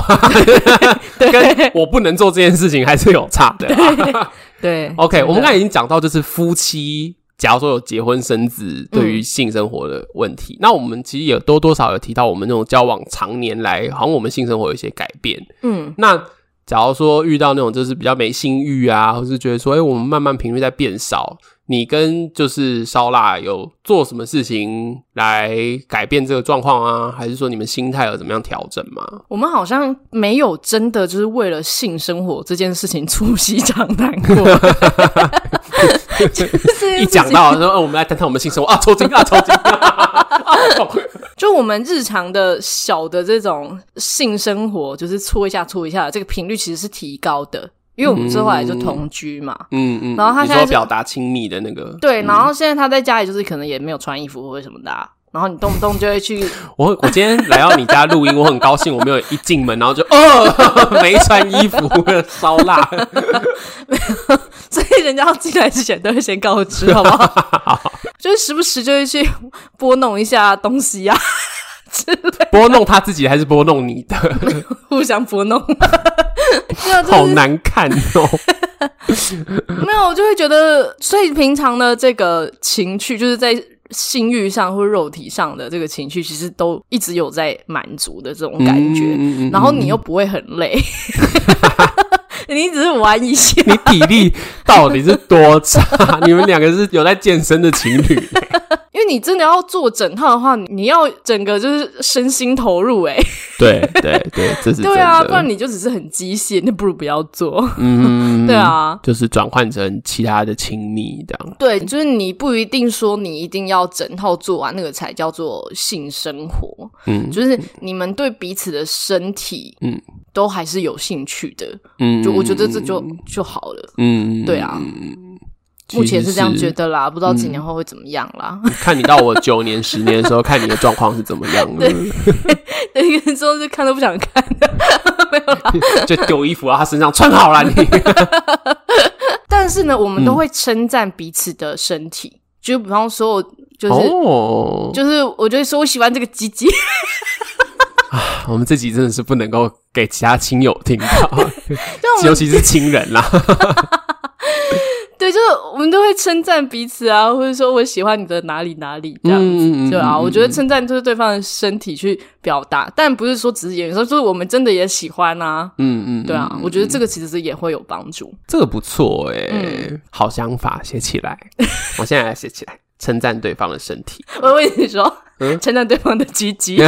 [SPEAKER 1] <laughs> 跟我不能做这件事情还是有差的啊、
[SPEAKER 2] 对
[SPEAKER 1] OK，
[SPEAKER 2] <laughs> 真的
[SPEAKER 1] 我们刚才已经讲到，就是夫妻假如说有结婚生子对于性生活的问
[SPEAKER 2] 嗯
[SPEAKER 1] 题，那我们其实也多多少有提到，我们那种交往常年来，好像我们性生活有一些改变。
[SPEAKER 2] 嗯
[SPEAKER 1] 那假如说遇到那种就是比较没性欲啊，或是觉得说，哎、我们慢慢频率在变少，你跟就是烧腊有做什么事情来改变这个状况啊？还是说你们心态有怎么样调整吗？
[SPEAKER 2] 我们好像没有真的就是为了性生活这件事情促膝长谈
[SPEAKER 1] <laughs>
[SPEAKER 2] 过，就是
[SPEAKER 1] 一讲到说，呃，我们来谈谈我们性生活啊，抽筋啊，
[SPEAKER 2] <laughs>
[SPEAKER 1] 抽筋 <laughs> 啊，啊好痛
[SPEAKER 2] 就我们日常的小的这种性生活，就是搓一下搓一下，这个频率其实是提高的，因为我们之后来就同居嘛。
[SPEAKER 1] 嗯嗯，
[SPEAKER 2] 然后他
[SPEAKER 1] 你
[SPEAKER 2] 现在
[SPEAKER 1] 说
[SPEAKER 2] 是
[SPEAKER 1] 表达亲密的那个，
[SPEAKER 2] 对，然后现在他在家里就是可能也没有穿衣服或者什么的、啊，然后你动不动就会去，
[SPEAKER 1] 我我今天来到你家录音，我很高兴，我没有一进门然后就哦 <laughs> 没穿衣服的烧
[SPEAKER 2] <laughs>
[SPEAKER 1] 腊，
[SPEAKER 2] 所以人家要进来之前都会先告知，好不好？就是时不时就会去拨弄一下东西啊， <laughs> 之类，
[SPEAKER 1] 拨弄他自己还是拨弄你的，
[SPEAKER 2] 互相拨弄。对 <laughs> 啊，就是
[SPEAKER 1] 好难看 <laughs> 哦。
[SPEAKER 2] 没有，我就会觉得，所以平常的这个情趣，就是在性欲上或肉体上的这个情绪，其实都一直有在满足的这种感觉，
[SPEAKER 1] 嗯嗯嗯嗯
[SPEAKER 2] 然后你又不会很累， <laughs> 你只是玩一下，
[SPEAKER 1] 你体力到底是多差？你们两个是有在健身的情侣，
[SPEAKER 2] 因为你真的要做整套的话，你你要整个就是身心投入、欸，
[SPEAKER 1] <laughs> 对对对，这是
[SPEAKER 2] 对啊，
[SPEAKER 1] 真的
[SPEAKER 2] 不然你就只是很机械，那不如不要做，
[SPEAKER 1] 嗯
[SPEAKER 2] 对，啊。
[SPEAKER 1] 就是转换成其他的亲密这样。
[SPEAKER 2] 对，就是你不一定说你一定要整套做完，那个才叫做性生活。
[SPEAKER 1] 嗯
[SPEAKER 2] 就是你们对彼此的身体，
[SPEAKER 1] 嗯
[SPEAKER 2] 嗯，都还是有兴趣的。
[SPEAKER 1] 嗯
[SPEAKER 2] 就我觉得这就就好了。
[SPEAKER 1] 嗯
[SPEAKER 2] 对啊，
[SPEAKER 1] 其实嗯
[SPEAKER 2] 目前是这样觉得啦，不知道几年后会怎么样啦。 <laughs>
[SPEAKER 1] 看你到我九年、十年的时候，看你的状况是怎么
[SPEAKER 2] <laughs>
[SPEAKER 1] 样的，
[SPEAKER 2] 那个之后就看都不想看，
[SPEAKER 1] 就丢衣服到他身上，穿好了
[SPEAKER 2] <laughs>
[SPEAKER 1] 你。
[SPEAKER 2] 但是呢，我们
[SPEAKER 1] 嗯
[SPEAKER 2] 都会称赞彼此的身体，就比方说我，就是、
[SPEAKER 1] 哦，
[SPEAKER 2] 就是，我就会说我喜欢这个鸡鸡， <laughs>
[SPEAKER 1] 我们这集真的是不能够给其他亲友
[SPEAKER 2] <laughs>
[SPEAKER 1] 听到，
[SPEAKER 2] 但我
[SPEAKER 1] 尤
[SPEAKER 2] 们
[SPEAKER 1] 其是亲人啦。
[SPEAKER 2] 对，就是我们都会称赞彼此啊，或者说我喜欢你的哪里哪里 <laughs> 这样子。
[SPEAKER 1] 嗯
[SPEAKER 2] 对啊，我觉
[SPEAKER 1] 得
[SPEAKER 2] 得称赞就是对方的身体去表达，但不是说只是演，说就是我们真的也喜欢啊，
[SPEAKER 1] 嗯嗯，
[SPEAKER 2] 对啊，我觉得这个其实也会有帮助。
[SPEAKER 1] 这个不错哎、
[SPEAKER 2] 嗯
[SPEAKER 1] 好想法，写起来。 <laughs> 我现在来写起来，称赞对方的身体。
[SPEAKER 2] 我跟你说
[SPEAKER 1] 嗯，
[SPEAKER 2] 称赞对方的积极，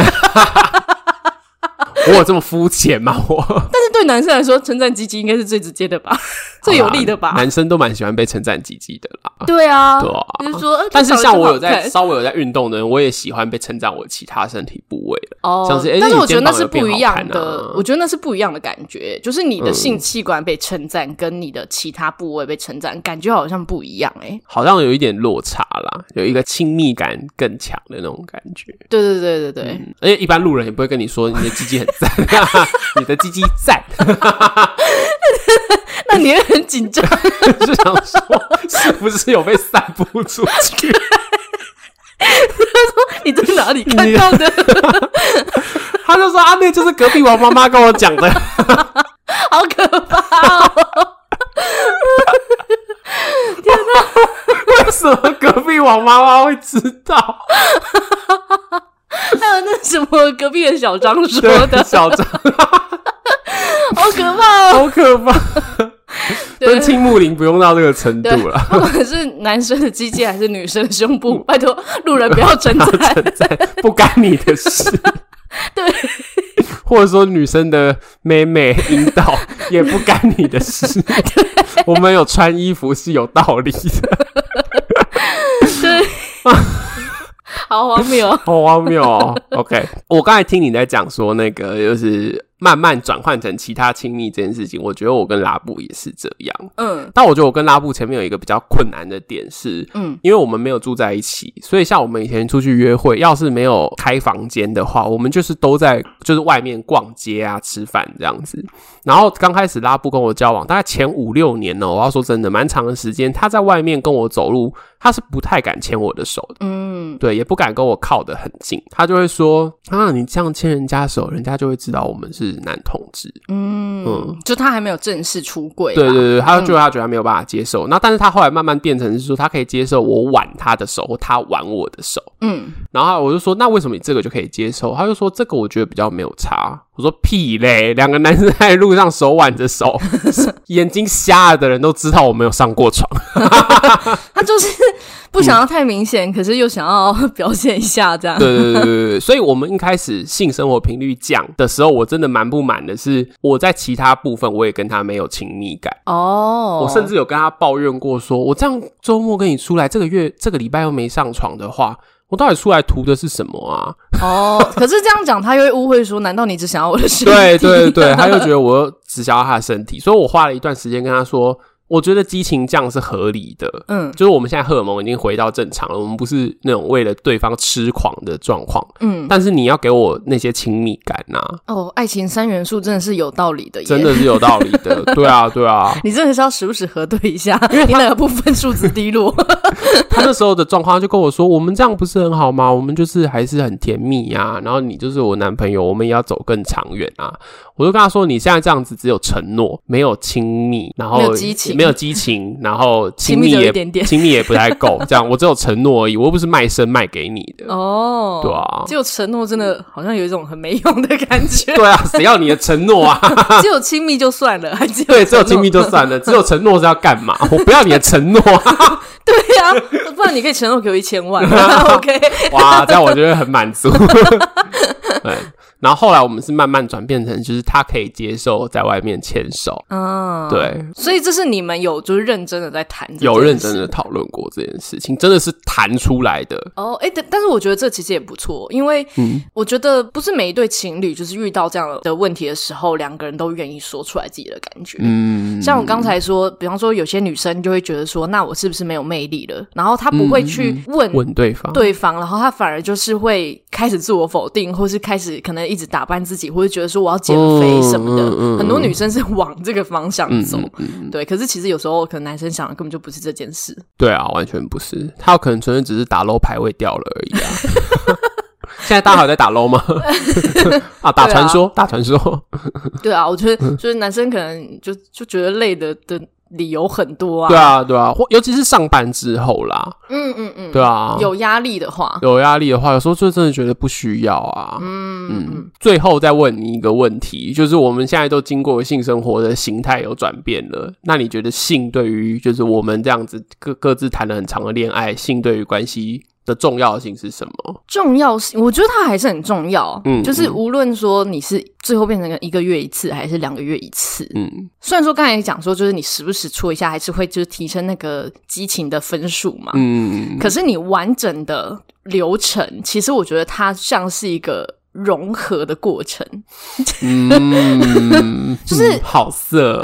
[SPEAKER 1] 我有这么肤浅吗？我 <laughs>
[SPEAKER 2] <laughs> 但是对男生来说，称赞积极应该是最直接的吧？最有力的吧？
[SPEAKER 1] 男生都蛮喜欢被称赞鸡鸡的啦。
[SPEAKER 2] 对啊，
[SPEAKER 1] 对啊
[SPEAKER 2] 就是说，呃
[SPEAKER 1] 但是
[SPEAKER 2] 这长
[SPEAKER 1] 像
[SPEAKER 2] 得
[SPEAKER 1] 我
[SPEAKER 2] 真
[SPEAKER 1] 有
[SPEAKER 2] 好看
[SPEAKER 1] 在稍微有在运动的人，我也喜欢被称赞我其他身体部位的。
[SPEAKER 2] 哦，
[SPEAKER 1] 像是诶
[SPEAKER 2] 但是
[SPEAKER 1] 你
[SPEAKER 2] 我觉得
[SPEAKER 1] 肩
[SPEAKER 2] 那
[SPEAKER 1] 膀
[SPEAKER 2] 是
[SPEAKER 1] 有变
[SPEAKER 2] 不一
[SPEAKER 1] 好
[SPEAKER 2] 样
[SPEAKER 1] 看
[SPEAKER 2] 的，
[SPEAKER 1] 啊嗯
[SPEAKER 2] 我觉得那是不一样的感觉，就是你的性器官被称赞，跟你的其他部位被称赞，感觉好像不一样哎、
[SPEAKER 1] 好像有一点落差啦，有一个亲密感更强的那种感觉。
[SPEAKER 2] 对对对对对，
[SPEAKER 1] 嗯而且一般路人也不会跟你说你的鸡鸡很赞，啊你的鸡鸡赞，
[SPEAKER 2] <laughs>
[SPEAKER 1] <laughs>
[SPEAKER 2] 那你会很紧张，
[SPEAKER 1] 就想说是不是有被散布出去？
[SPEAKER 2] 你在哪里看到的？
[SPEAKER 1] 他就说啊，那就是隔壁王妈妈跟我讲的。
[SPEAKER 2] <laughs>
[SPEAKER 1] <laughs>
[SPEAKER 2] 好可怕、哦！
[SPEAKER 1] 为什么隔壁王妈妈会知道？
[SPEAKER 2] 还有那什么隔壁的小张
[SPEAKER 1] <laughs>
[SPEAKER 2] 说
[SPEAKER 1] 对
[SPEAKER 2] 的，
[SPEAKER 1] 小张
[SPEAKER 2] 好可怕哦！
[SPEAKER 1] 好可怕，
[SPEAKER 2] 对
[SPEAKER 1] 跟。青木林不用到这个程度
[SPEAKER 2] 对，
[SPEAKER 1] 了。
[SPEAKER 2] 不管是男生的鸡鸡还是女生的胸
[SPEAKER 1] 嗯
[SPEAKER 2] 部，拜托路人不要称
[SPEAKER 1] <laughs>
[SPEAKER 2] 赞。
[SPEAKER 1] 在不干你的事。
[SPEAKER 2] 对，
[SPEAKER 1] 或者说女生的妹妹引导也不干你的事。我们有穿衣服是有道理的，
[SPEAKER 2] 对， <laughs> 好荒谬哦！
[SPEAKER 1] 好荒谬哦。OK，我刚才听你在讲说那个就是慢慢转换成其他亲密这件事情，我觉得我跟拉布也是这样。
[SPEAKER 2] 嗯
[SPEAKER 1] 但我觉得我跟拉布前面有一个比较困难的点是，
[SPEAKER 2] 嗯
[SPEAKER 1] 嗯，因为我们没有住在一起，所以像我们以前出去约会，要是没有开房间的话，我们就是都在就是外面逛街啊、吃饭这样子。然后刚开始拉布跟我交往，大概前五六年哦呢、我要说真的蛮长的时间，他在外面跟我走路，他是不太敢牵我的手的。
[SPEAKER 2] 嗯，
[SPEAKER 1] 对，也不敢跟我靠得很近，他就会说啊，你这样牵人家手，人家就会知道我们是男同志。
[SPEAKER 2] 嗯，就他还没有正式出柜吧，
[SPEAKER 1] 对对对，他就他觉得他没有办法接受。那但是他后来慢慢变成是说，他可以接受我挽他的手或他挽我的手。
[SPEAKER 2] 嗯，
[SPEAKER 1] 然后我就说，那为什么你这个就可以接受？他就说，这个我觉得比较没有差。我说屁嘞，两个男生在路上手挽着手， <laughs> 眼睛瞎了的人都知道我没有上过床。
[SPEAKER 2] <laughs> 他就是不想要太明显，可是又想要 <laughs> 表现一下这样。
[SPEAKER 1] 对对对对对对，所以我们一开始性生活频率降的时候，我真的蛮不满的是，我在其他部分我也跟他没有亲密感。
[SPEAKER 2] 哦，
[SPEAKER 1] 我甚至有跟他抱怨过说，我这样周末跟你出来，这个月这个礼拜又没上床的话，我到底出来图的是什么啊？
[SPEAKER 2] 哦，可是这样讲，他又会误会说，难道你只想要我的身体？ <laughs>
[SPEAKER 1] 对对对，他就觉得我只想要他的身体，所以我花了一段时间跟他说，我觉得激情降是合理的。
[SPEAKER 2] 嗯
[SPEAKER 1] 就是我们现在荷尔蒙已经回到正常了，我们不是那种为了对方痴狂的状况，
[SPEAKER 2] 嗯，
[SPEAKER 1] 但是你要给我那些亲密感呐、
[SPEAKER 2] 哦，爱情三元素真的是有道理的耶，
[SPEAKER 1] 真的是有道理的。对啊，对啊，
[SPEAKER 2] 你真的是要时不时核对一下， <laughs> 你哪个部分数值低落？
[SPEAKER 1] 他那时候的状况，他就跟我说：“我们这样不是很好吗？我们就是还是很甜蜜呀、然后你就是我男朋友，我们也要走更长远啊。”我就跟他说：“你现在这样子只有承诺，没有亲密，然后
[SPEAKER 2] 没有激情
[SPEAKER 1] 没有激情，然后亲
[SPEAKER 2] 亲密只有
[SPEAKER 1] 也
[SPEAKER 2] 一点点
[SPEAKER 1] 亲密也不太够。这样我只有承诺而已，我又不是卖身卖给你的。
[SPEAKER 2] 哦，
[SPEAKER 1] <laughs> 对啊
[SPEAKER 2] 只有承诺真的好像有一种很没用的感觉，
[SPEAKER 1] <laughs> 对啊，谁要你的承诺啊？
[SPEAKER 2] 只有亲密就算了，还只有
[SPEAKER 1] 对，只有
[SPEAKER 2] 承
[SPEAKER 1] 亲
[SPEAKER 2] 诺
[SPEAKER 1] 密就算了，只有承诺是要干嘛？我不要你的承诺啊！
[SPEAKER 2] 对啊，不然你可以承诺给我一千
[SPEAKER 1] <laughs>
[SPEAKER 2] 万 <laughs> ，OK？ <laughs>
[SPEAKER 1] 哇，这样我觉得很满足。对，然后后来我们是慢慢转变成，就是他可以接受在外面牵手，
[SPEAKER 2] 嗯，，
[SPEAKER 1] 对，
[SPEAKER 2] 所以这是你们有就是认真的在谈，
[SPEAKER 1] 有认真。的讨论过这件事情，真的是谈出来的。
[SPEAKER 2] 哦，哎、但但是我觉得这其实也不错，因为
[SPEAKER 1] 嗯
[SPEAKER 2] 我觉得不是每一对情侣就是遇到这样的问题的时候，两个人都愿意说出来自己的感觉。
[SPEAKER 1] 嗯，
[SPEAKER 2] 像我刚才说，比方说有些女生就会觉得说，那我是不是没有魅力了？然后她不会去问
[SPEAKER 1] 嗯问对方，
[SPEAKER 2] 对方，然后她反而就是会开始自我否定，或是开始可能一直打扮自己，或者觉得说我要减肥什么的。
[SPEAKER 1] 嗯嗯嗯嗯
[SPEAKER 2] 很多女生是往这个方向
[SPEAKER 1] 嗯，
[SPEAKER 2] 走。
[SPEAKER 1] 嗯嗯，
[SPEAKER 2] 对，可是其实有时候可能男生想的根本就不是这件事，
[SPEAKER 1] 对啊，完全不是，他有可能纯粹只是打 low 排位掉了而
[SPEAKER 2] <laughs>
[SPEAKER 1] 已啊。现在大家还有在打 low 吗？啊，打
[SPEAKER 2] 对啊
[SPEAKER 1] 传说，打传说，
[SPEAKER 2] 对啊，我觉
[SPEAKER 1] 嗯
[SPEAKER 2] 得就是男生可能就就觉得累的的理由很多啊，
[SPEAKER 1] 对，啊，对啊，或尤其是上班之后啦，
[SPEAKER 2] 嗯嗯嗯，
[SPEAKER 1] 对啊，
[SPEAKER 2] 有压力的话，
[SPEAKER 1] 有压力的话，有时候就真的觉得不需要啊。
[SPEAKER 2] 嗯嗯
[SPEAKER 1] 嗯，最后再问你一个问题，就是我们现在都经过性生活的形态有转变了，那你觉得性对于就是我们这样子各各自谈了很长的恋爱，性对于关系的重要性是什么？
[SPEAKER 2] 重要性，我觉得它还是很重要。
[SPEAKER 1] 嗯
[SPEAKER 2] 就是
[SPEAKER 1] 嗯
[SPEAKER 2] 无论说你是最后变成一个月一次，还是两个月一次，
[SPEAKER 1] 嗯
[SPEAKER 2] 虽然说刚才也讲说，就是你时不时戳一下，还是会就是提升那个激情的分数嘛。
[SPEAKER 1] 嗯，
[SPEAKER 2] 可是你完整的流程，其实我觉得它像是一个融合的过程。
[SPEAKER 1] 嗯，
[SPEAKER 2] <laughs> 就是
[SPEAKER 1] 嗯好色哦，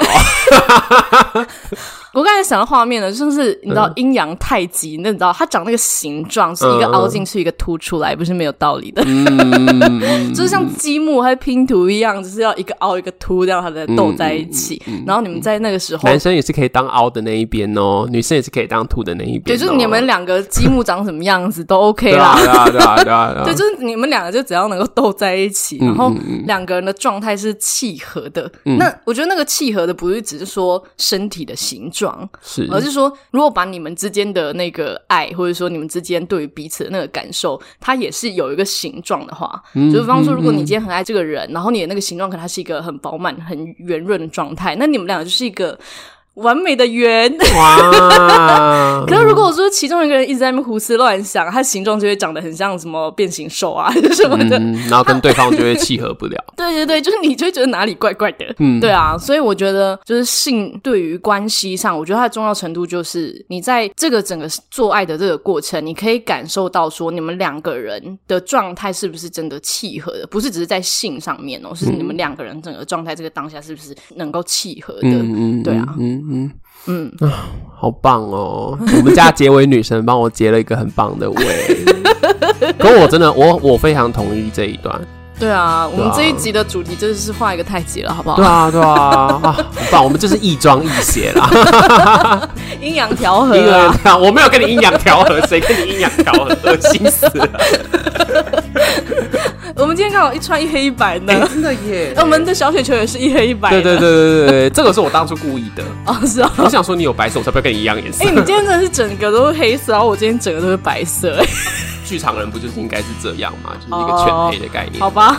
[SPEAKER 2] 我刚才想到画面呢，就是你知道
[SPEAKER 1] 嗯
[SPEAKER 2] 阴阳太极，那你知道它长那个形状是一个
[SPEAKER 1] 嗯嗯
[SPEAKER 2] 凹进去，一个凸出来，不是没有道理的。
[SPEAKER 1] 嗯，
[SPEAKER 2] 就是像积木还拼图一样，就是要一个凹一个凸，这样它才斗在一起。
[SPEAKER 1] 嗯
[SPEAKER 2] 然后你们在那个时候
[SPEAKER 1] 男生也是可以当凹的那一边哦，女生也是可以当凸的那一边
[SPEAKER 2] 对，
[SPEAKER 1] 哦，
[SPEAKER 2] 就是你们两个积木长什么样子都 OK
[SPEAKER 1] 对啊
[SPEAKER 2] 啦。
[SPEAKER 1] 对啊对啊对啊，啊
[SPEAKER 2] <laughs> 对，就是你们两个就只要能够斗在一起，
[SPEAKER 1] 嗯
[SPEAKER 2] 然后两个人的状态是契合的。那我觉得那个契合的不是只是说身体的形状，
[SPEAKER 1] 是，
[SPEAKER 2] 而是说如果把你们之间的那个爱，或者说你们之间对于彼此的那个感受，它也是有一个形状的话，就是比方说，如果你今天很爱这个人，然后你的那个形状可能它是一个很饱满、很圆润的状态，那你们两个就是一个完美的圆。
[SPEAKER 1] 嗯哇，
[SPEAKER 2] <laughs> 可是如果我说其中一个人一直在那边胡思乱想，他形状就会长得很像什么变形兽啊 <laughs> 什么的。
[SPEAKER 1] 嗯，然后跟对方就会契合不了，
[SPEAKER 2] 对对对，就是你就会觉得哪里怪怪的。
[SPEAKER 1] 嗯
[SPEAKER 2] 对啊，所以我觉得就是性对于关系上，我觉得它的重要程度就是你在这个整个做爱的这个过程，你可以感受到说你们两个人的状态是不是真的契合的，不是只是在性上面
[SPEAKER 1] 嗯
[SPEAKER 2] 哦，是你们两个人整个状态这个当下是不是能够契合的。
[SPEAKER 1] 嗯嗯，
[SPEAKER 2] 对啊
[SPEAKER 1] 嗯嗯。
[SPEAKER 2] 嗯
[SPEAKER 1] 好棒 <laughs> 哦！我们家结尾女神帮我结了一个很棒的尾， <laughs> 可我真的我我非常同意这一段。
[SPEAKER 2] 对啊，我
[SPEAKER 1] 对
[SPEAKER 2] 们
[SPEAKER 1] 啊
[SPEAKER 2] 这一集的主题就是画一个太极了，好不好
[SPEAKER 1] 对？啊对啊啊，很棒！我们就是异装异邪 <laughs> 啦，
[SPEAKER 2] 阴阳调和
[SPEAKER 1] 阴
[SPEAKER 2] 啊
[SPEAKER 1] 阳。调，我没有跟你阴阳调和，谁跟你阴阳调和？恶心死了！
[SPEAKER 2] 我们今天刚好一穿一黑一白呢，
[SPEAKER 1] 哎真的耶
[SPEAKER 2] 那 <laughs> 我们的小雪球也是一黑一白
[SPEAKER 1] 对对
[SPEAKER 2] 的。
[SPEAKER 1] 对对对 <laughs> 对，这个是我当初故意的。
[SPEAKER 2] 哦，是哦。
[SPEAKER 1] <laughs> 我想说你有白色，我才不要跟你一样颜色
[SPEAKER 2] 哎、。你今天真的是整个都是黑色，然后我今天整个都是白色，哎
[SPEAKER 1] 剧场人不就是应该是这样吗？就是
[SPEAKER 2] 哦
[SPEAKER 1] 一个全黑的概念。
[SPEAKER 2] 好吧？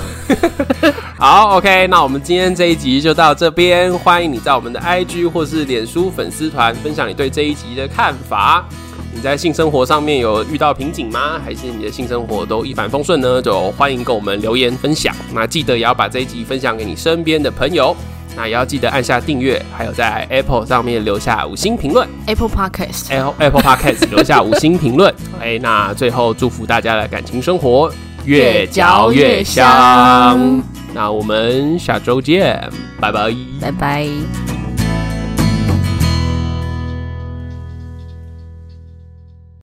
[SPEAKER 1] 好，OK，那我们今天这一集就到这边，欢迎你在我们的 IG 或是脸书粉丝团分享你对这一集的看法。你在性生活上面有遇到瓶颈吗？还是你的性生活都一帆风顺呢？就欢迎跟我们留言分享。那记得也要把这一集分享给你身边的朋友，那也要记得按下订阅，还有在 Apple 上面留下五星评论。
[SPEAKER 2] Apple Podcast，
[SPEAKER 1] Apple Apple Podcast 留下五星评 <laughs> 论。哎，那最后祝福大家的感情生活越嚼越
[SPEAKER 2] 越嚼越
[SPEAKER 1] 香
[SPEAKER 2] 香。
[SPEAKER 1] 那我们下周见，拜拜。
[SPEAKER 2] 拜拜。